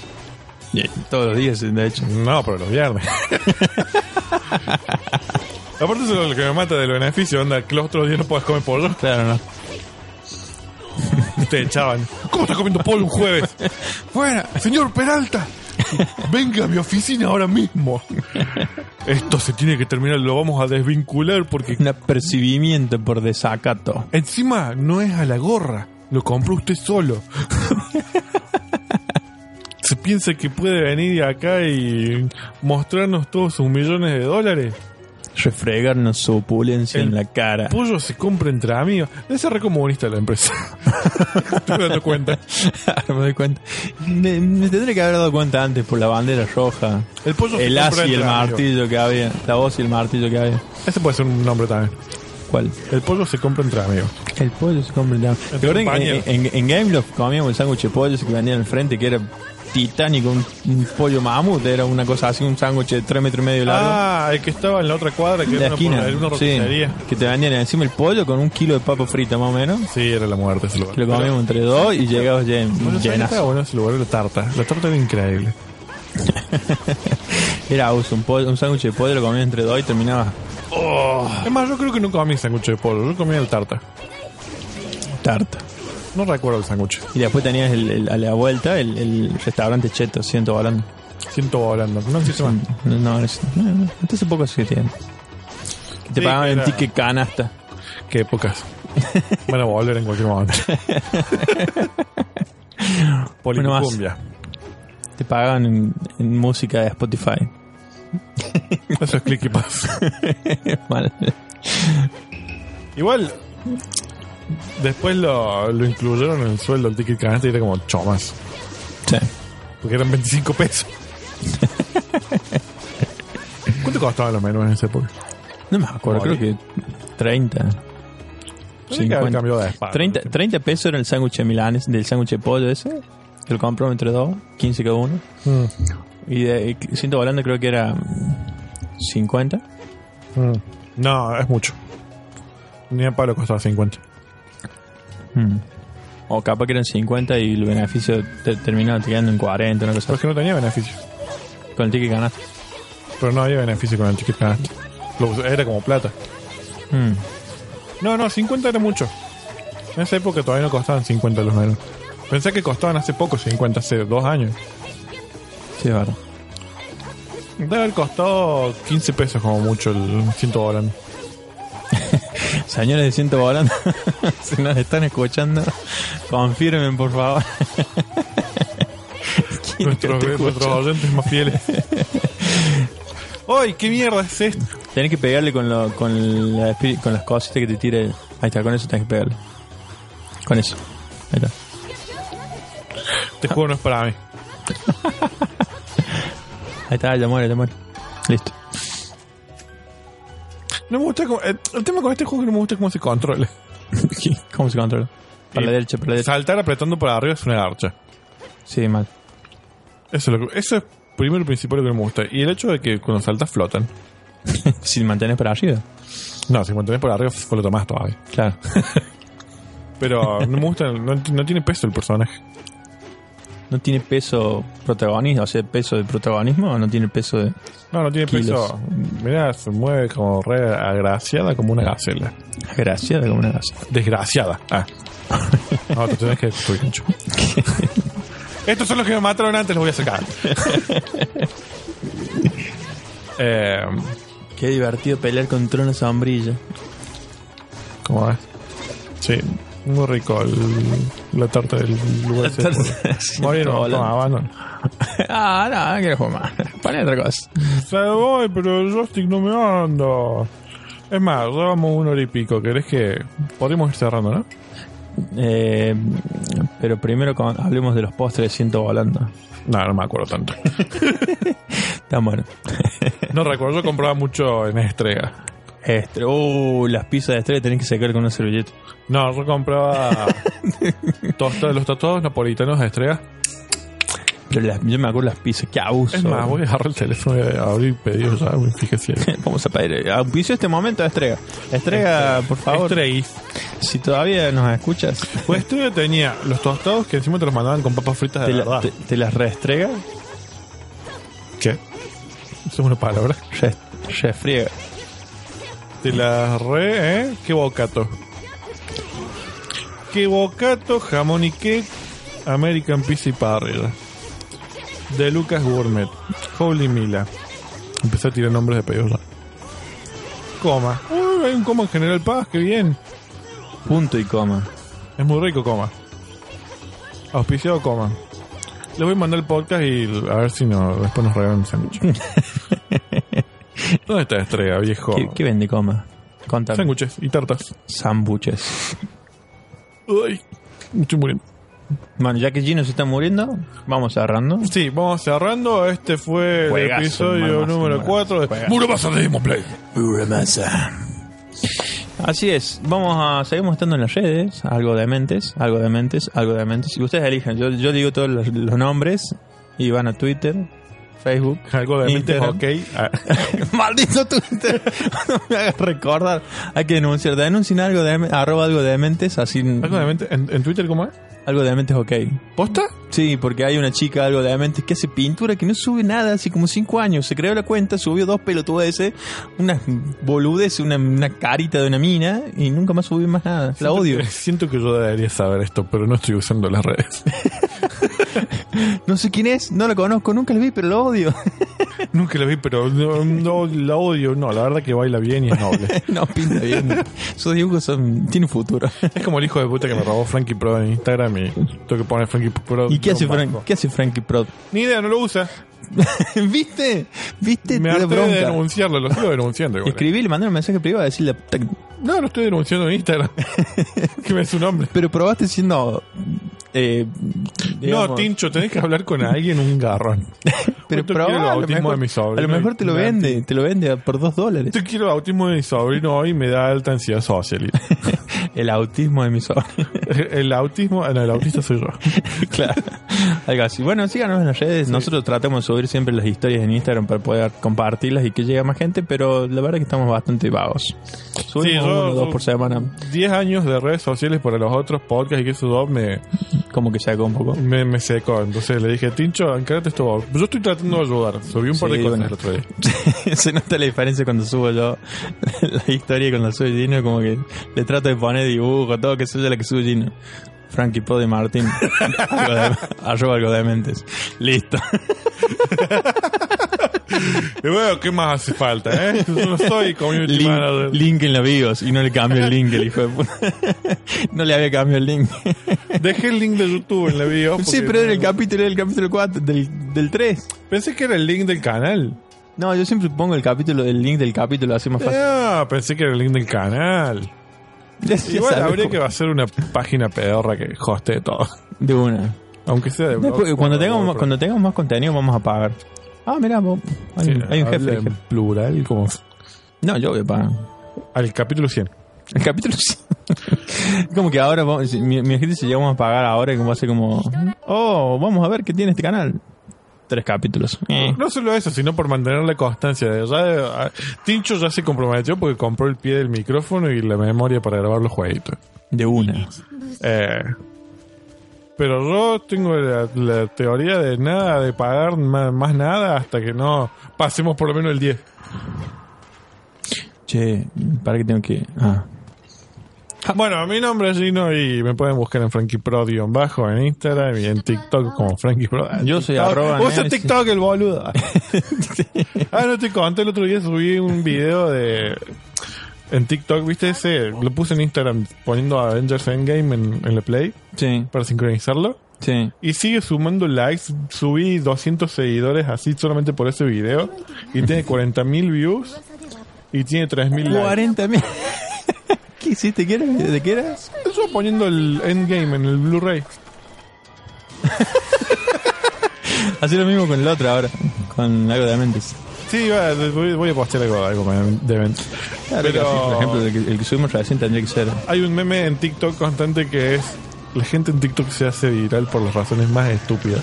Y- Todos los días, de hecho.
No, pero los viernes. Aparte eso es lo que me mata del beneficio, onda, que los otros días no podés comer pollo,
Claro, no.
te echaban. ¿Cómo estás comiendo pollo un jueves? Fuera, señor Peralta. Venga a mi oficina ahora mismo. Esto se tiene que terminar, lo vamos a desvincular porque
Un apercibimiento por desacato.
Encima no es a la gorra, lo compró usted solo. ¿Se piensa que puede venir acá y mostrarnos todos sus millones de dólares?
Refregarnos su opulencia
El
en la cara.
Pollo se compra entre amigos. Debe ser re comunista la empresa. Estoy dando cuenta.
me doy cuenta. Me, me tendré que haber dado cuenta antes por la bandera roja.
El pollo se
El
compra
as y
entre
el
amigos.
martillo que había. La voz y el martillo que había.
Ese puede ser un nombre también.
¿Cuál?
El pollo se compra entre amigos.
El pollo se compra el down.
Entre
Recuerden que
compañeros.
eh, en, en, en Gameloft comíamos el sándwich de pollo ese que vendían al frente, que era titánico, un, un pollo mamut, era una cosa así, un sándwich de 3 metros y medio de largo.
Ah, el que estaba en la otra cuadra, que
de la
era una,
esquina,
por- era una
sí,
roticería.
que te vendían encima el pollo con un kilo de papa frita más o menos,
Sí. era la muerte ese lugar.
que lo comíamos entre dos y llegabas llen-
Bueno, ¿sabes qué
llenas.
estaba bueno ese lugar? La tarta. La tarta era increíble.
Era uso, un, pollo- un sándwich de pollo lo comías entre dos y terminabas Ah.
Es más, yo creo que no comí sándwich de pollo, yo comí el tarta.
tarta.
No recuerdo el sándwich.
Y después tenías el- el- a la vuelta el, el restaurante Cheto, siento hablando.
Siento volando. No existe más.
No, no, es- no, no, entonces poco así que tiene. Que te
Sí,
pagaban
que
en
era-
ticket canasta.
Qué épocas. Van a volver en cualquier momento.
Bueno, más.
Policumbia.
Te pagaban en, en música de Spotify.
Eso es click y pass.
Mal.
Igual, después lo, lo incluyeron en el sueldo el ticket canasta y era como chomas.
Sí.
Porque eran 25 pesos. ¿Cuánto costaban los menús en esa época?
No me acuerdo,
Vale.
creo que 30.
Ah, Tenía que haber
50.
cambiado de espada.
30, 30 pesos era el sándwich de Milanes, del sándwich de pollo ese. Que lo compró entre dos, 15 cada uno.
Mm,
Y de, y siento volando, creo que era 50.
mm. No, es mucho. Ni a Pablo costaba 50.
O capaz que eran 50 y el beneficio te, terminaba te quedando en 40, una cosa
Pero es
así.
que no tenía beneficio.
Con el ticket ganaste.
Pero no había beneficio con el ticket canasta. Lo us- Era como plata.
Mm.
No, no, 50 era mucho. En esa época todavía no costaban 50 los menús. Pensé que costaban hace poco 50, hace dos años.
Sí, es verdad.
Debe haber costado 15 pesos como mucho el 100 dólares.
Señores de Ciento Volando, si nos están escuchando, confirmen por favor. ¿Quién
Nuestros,
te escucha?
nuestros oyentes más fieles. ¡Ay, qué mierda es esto!
Tenés que pegarle con, lo- con, la espi- con las cositas que te tire. él. Ahí está, con eso tenés que pegarle. Con eso. Ahí está.
Este juego no es para mí.
Ahí está, ya muere, ya muere. Listo.
No me gusta cómo- el, el tema con este juego es que no me gusta cómo se controla.
¿Cómo se controla? Para la derecha, para la derecha.
Saltar apretando para arriba es una archa.
Sí, mal.
Eso es, lo que- eso es primero y principal lo que no me gusta. Y el hecho de que cuando saltas flotan.
Si mantenés para arriba.
No, si mantenés por arriba flota más todavía.
Claro.
Pero no me gusta, no, no tiene peso el personaje.
No tiene peso protagonismo, o sea, peso de protagonismo, no tiene peso de.
No, no tiene
Kilos.
peso. Mirá, se mueve como re agraciada como una gacela.
Graciada como una gasa.
Desgraciada. Ah. No, te tenés que destruir, Nacho. Estos son los que me mataron antes, los voy a sacar. eh,
Qué divertido pelear contra una sombrilla.
¿Cómo es? Sí, muy rico el- la tarta del lugar.
La tarta, sí, pues.
Morir no,
volando.
no, no.
Ah, no, no quiero jugar más. Poné otra cosa.
Se voy, pero el joystick no me anda. Es más, llevamos una hora y pico. ¿Querés que podemos ir cerrando, no?
Eh, pero primero con- hablemos de los postres de ciento volando.
No, no me acuerdo tanto.
Está bueno.
No recuerdo, yo compraba mucho en Estrega.
Estre- uh, las pizzas de estrella tenés que sacar con una servilleta.
No, yo compraba tostados, los tostados napolitanos de Estrega.
Pero las- yo me acuerdo las pizzas, qué abuso.
Es más, voy a agarrar el teléfono y abrir y pedir ya, güey, fíjese.
Vamos a pedir eh, auspicio este momento, Estrega. Estrega, por favor.
Estrella.
Si todavía nos escuchas,
Pues Estrella tenía los tostados que encima te los mandaban con papas fritas de
te, la-
verdad.
te- te las reestrega,
¿Qué? Eso es una palabra.
re- refriega.
Te las re, ¿eh? Qué bocato. Qué bocato, jamón y qué. American Pizza y Parrilla. De Lucas Gourmet. Holy Mila. Empecé a tirar nombres de pedidos. ya. Coma. Uy, hay un coma en General Paz, qué bien.
Punto y coma.
Es muy rico, coma. Auspiciado, coma. Les voy a mandar el podcast y a ver si no, después nos regalan un sándwich. ¿Dónde está Estrella, viejo?
¿Qué, qué vende coma? Contame.
Sándwiches y tartas.
Sándwiches.
Ay, me estoy muriendo.
Bueno, ya que Gino se está muriendo, vamos cerrando.
Sí, vamos cerrando. Este fue el
Juegazo,
episodio
hermano,
número
hermano.
4 de
Juegazo.
Muro Pasa de Demon Play.
Así es, vamos a seguimos estando en las redes, algo de mentes, algo de mentes, algo de mentes. Y ustedes eligen, yo, yo digo todos los, los nombres y van a Twitter, Facebook,
Algo de mente,
Instagram.
ok. Ah,
Maldito Twitter, no me hagas recordar. Hay que denunciar, denuncien algo de arroba algo de mentes, así
Algo de mente. ¿En, en Twitter cómo es?
algo de mentes ok.
¿Posta?
Sí, porque hay una chica, algo de mentes, que hace pintura, que no sube nada, hace como cinco años. Se creó la cuenta, subió dos pelotudeces, unas boludeces, una, una carita de una mina, y nunca más subió más nada. La
Siento
odio.
que- siento que yo debería saber esto, pero no estoy usando las redes.
No sé quién es, no lo conozco, nunca lo vi, pero lo odio.
Nunca la vi, pero no, no, la odio. No, la verdad que baila bien y es noble.
no pinta bien. Sus dibujos son, tienen futuro.
Es como el hijo de puta que me robó Frankie Pro en Instagram y tengo que poner Frankie Pro.
¿Y qué hace,
Frank?
Frank- qué hace Frankie Prod?
Ni idea, no lo usa.
¿Viste? ¿Viste?
Me
Te da
harté de
bronca.
denunciarlo, lo sigo denunciando igual. ¿eh?
Escribí, le mandé un mensaje privado a decirle, "Ta-
No, lo estoy denunciando en Instagram. que me es su nombre.
pero probaste siendo... eh,
no,
digamos,
Tincho, tenés que hablar con alguien un garrón.
Pero
Yo quiero
probá,
el
a lo
bautismo
mejor,
de mi sobrino
a lo mejor te lo
y-
vende, te lo vende por dos dólares.
Yo quiero el bautismo de mi sobrino hoy y me da alta ansiedad social.
El autismo de mi sobrino.
el autismo, ah, no, el autista soy yo.
claro. Algo así. Bueno, síganos en las redes. Nosotros tratamos de subir siempre las historias en Instagram para poder compartirlas y que llegue a más gente, pero la verdad es que estamos bastante vagos. Subimos
Sí, yo-
uno o dos por semana,
10 años de redes sociales para los otros podcasts y que eso dos me,
como que sacó un poco.
me, me secó. Entonces le dije, Tincho, encárate esto vos. Yo estoy tratando de ayudar. Subí un par
Sí,
de cosas
bueno.
el otro día.
Se nota la diferencia cuando subo yo la historia y cuando sube Gino, como que le trato de poner dibujo, todo que sea la que sube Gino. Frankie Pod y Martín. Algo de- arroba algo de mentes. Listo.
Y bueno, ¿qué más hace falta, eh? Yo no soy community
Link,
manager.
link en la bios y no le cambio el link, el hijo de puta. No le había cambiado el link.
Dejé el link de YouTube en la video.
Sí,
porque
pero era el capítulo, era el capítulo 4, del, del 3.
Pensé que era el link del canal.
No, yo siempre pongo el capítulo, el link del capítulo, así más fácil.
Ah, pensé que era el link del canal.
Ya- ya
Igual
sabes
habría
cómo-
que hacer una página pedorra que hoste todo.
De una.
Aunque sea de
Después,
blogs,
cuando,
bueno,
tengamos, más-
pero-
cuando tengamos más contenido vamos a pagar. Ah, mira, vos, hay,
Sí,
un- hay un
habla
jefe.
en
dije.
plural como
No, yo voy a pagar.
al capítulo 100.
El capítulo sí. como que ahora, vamos- si- mi, mi gente se llegamos a pagar ahora, como hace como... Oh, vamos a ver qué tiene este canal. Tres capítulos. Eh.
No solo eso, sino por mantener la constancia. Ya, ah, Tincho ya se comprometió porque compró el pie del micrófono y la memoria para grabar los jueguitos.
De una.
Eh, pero yo tengo la, la teoría de nada, de pagar ma- más, nada hasta que no pasemos por lo menos el 10.
Che, para que tengo que... Ah.
Bueno, mi nombre es Gino y me pueden buscar en Frankie Prodion bajo en Instagram y en TikTok como Frankie Pro.
Yo soy
TikTok.
arroba
Usa
Nancy.
TikTok el boludo. ah, no te conté, el otro día subí un video de... En TikTok, ¿viste ese? Lo puse en Instagram poniendo Avengers Endgame en, en la Play
Sí,
para sincronizarlo.
sí.
Y sigue sumando likes. Subí 200 seguidores así solamente por ese video. Y tiene 40.000 views
噂では
y tiene 3.000 likes.
40 mil. ¿Qué hiciste? ¿Qué era? ¿De qué era?
Eso poniendo el Endgame en el Blu-ray.
Hacer lo mismo con la otra ahora. Con algo de mentes.
Sí, va, voy, voy a postear algo, algo de evento.
Pero,
Pero
por ejemplo, el que, el que subimos recién tendría que ser.
hay un meme en TikTok constante que es la gente en TikTok se hace viral por las razones más estúpidas.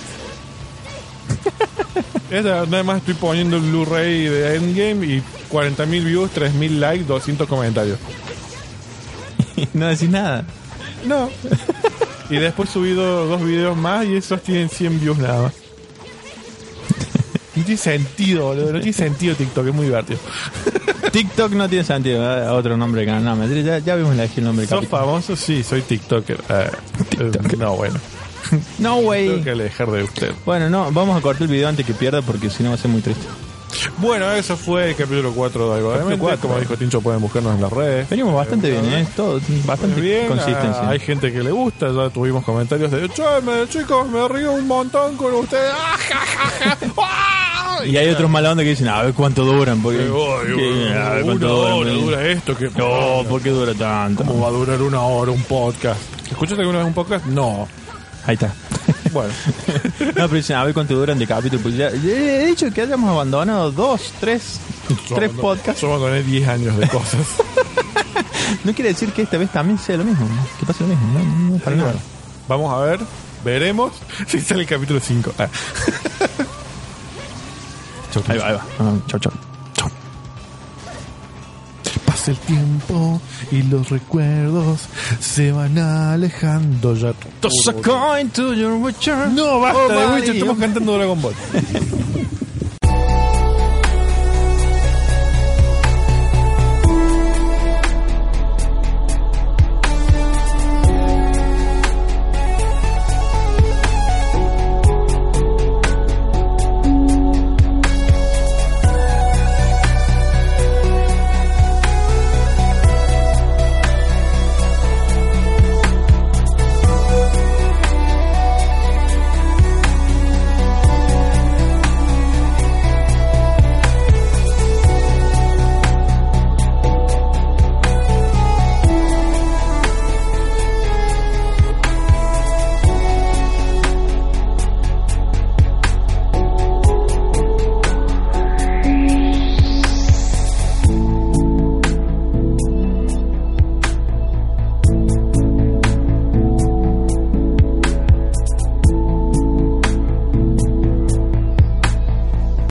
Esa, nada más estoy poniendo el Blu-ray de Endgame y 40.000 views, 3.000 likes, 200 comentarios.
no decís nada.
No. y después he subido dos videos más y esos tienen 100 views nada más. No tiene sentido, boludo. No tiene sentido TikTok, es muy divertido.
TikTok no tiene sentido. ¿verdad? Otro nombre que no, mentira, ya, ya vimos la el nombre. del
¿Sos
capítulo.
famoso? Sí, soy TikToker. Eh, eh, no, bueno.
No
Tengo
way.
que alejar de usted.
Bueno, no, vamos a cortar el video antes que pierda porque si no va a ser muy triste.
Bueno, eso fue el capítulo 4 de Algo de Mente.
cuatro.
Como dijo Tincho, pueden buscarnos en las redes.
Venimos bastante bien, ¿eh? Todo, bastante
Bien,
consistencia.
ah, hay gente que le gusta, ya tuvimos comentarios de "Che, me- chicos, me río un montón con ustedes. Ah, ja, ja, ja. Ah.
y hay otros mala onda que dicen, a ver cuánto duran. Porque,
Ay, ay,
que-
ay,
a ver
una
cuánto
hora
duran.
dura esto que
No, ¿por qué dura tanto?
¿Cómo va a durar una hora un podcast? ¿Escuchaste alguna vez un podcast? No.
Ahí está.
Bueno,
no, pero dicen, a ver cuánto duran de capítulo. Pues ya, ya he dicho que hayamos abandonado dos, tres,
yo
tres
abandoné-
podcasts.
Yo abandoné 10 años de cosas.
No quiere decir que esta vez también sea lo mismo. ¿no? Que pase lo mismo. No, no, no, para
Pero
nada.
bueno, vamos a ver, veremos si sale el capítulo 5. Ah.
Ahí va, ahí va. Ah, Chau, chau.
Pasa el tiempo y los recuerdos se van alejando ya.
Toss a coin to your witcher.
No, basta
Oh,
de
vale.
Witcher, estamos cantando Dragon Ball.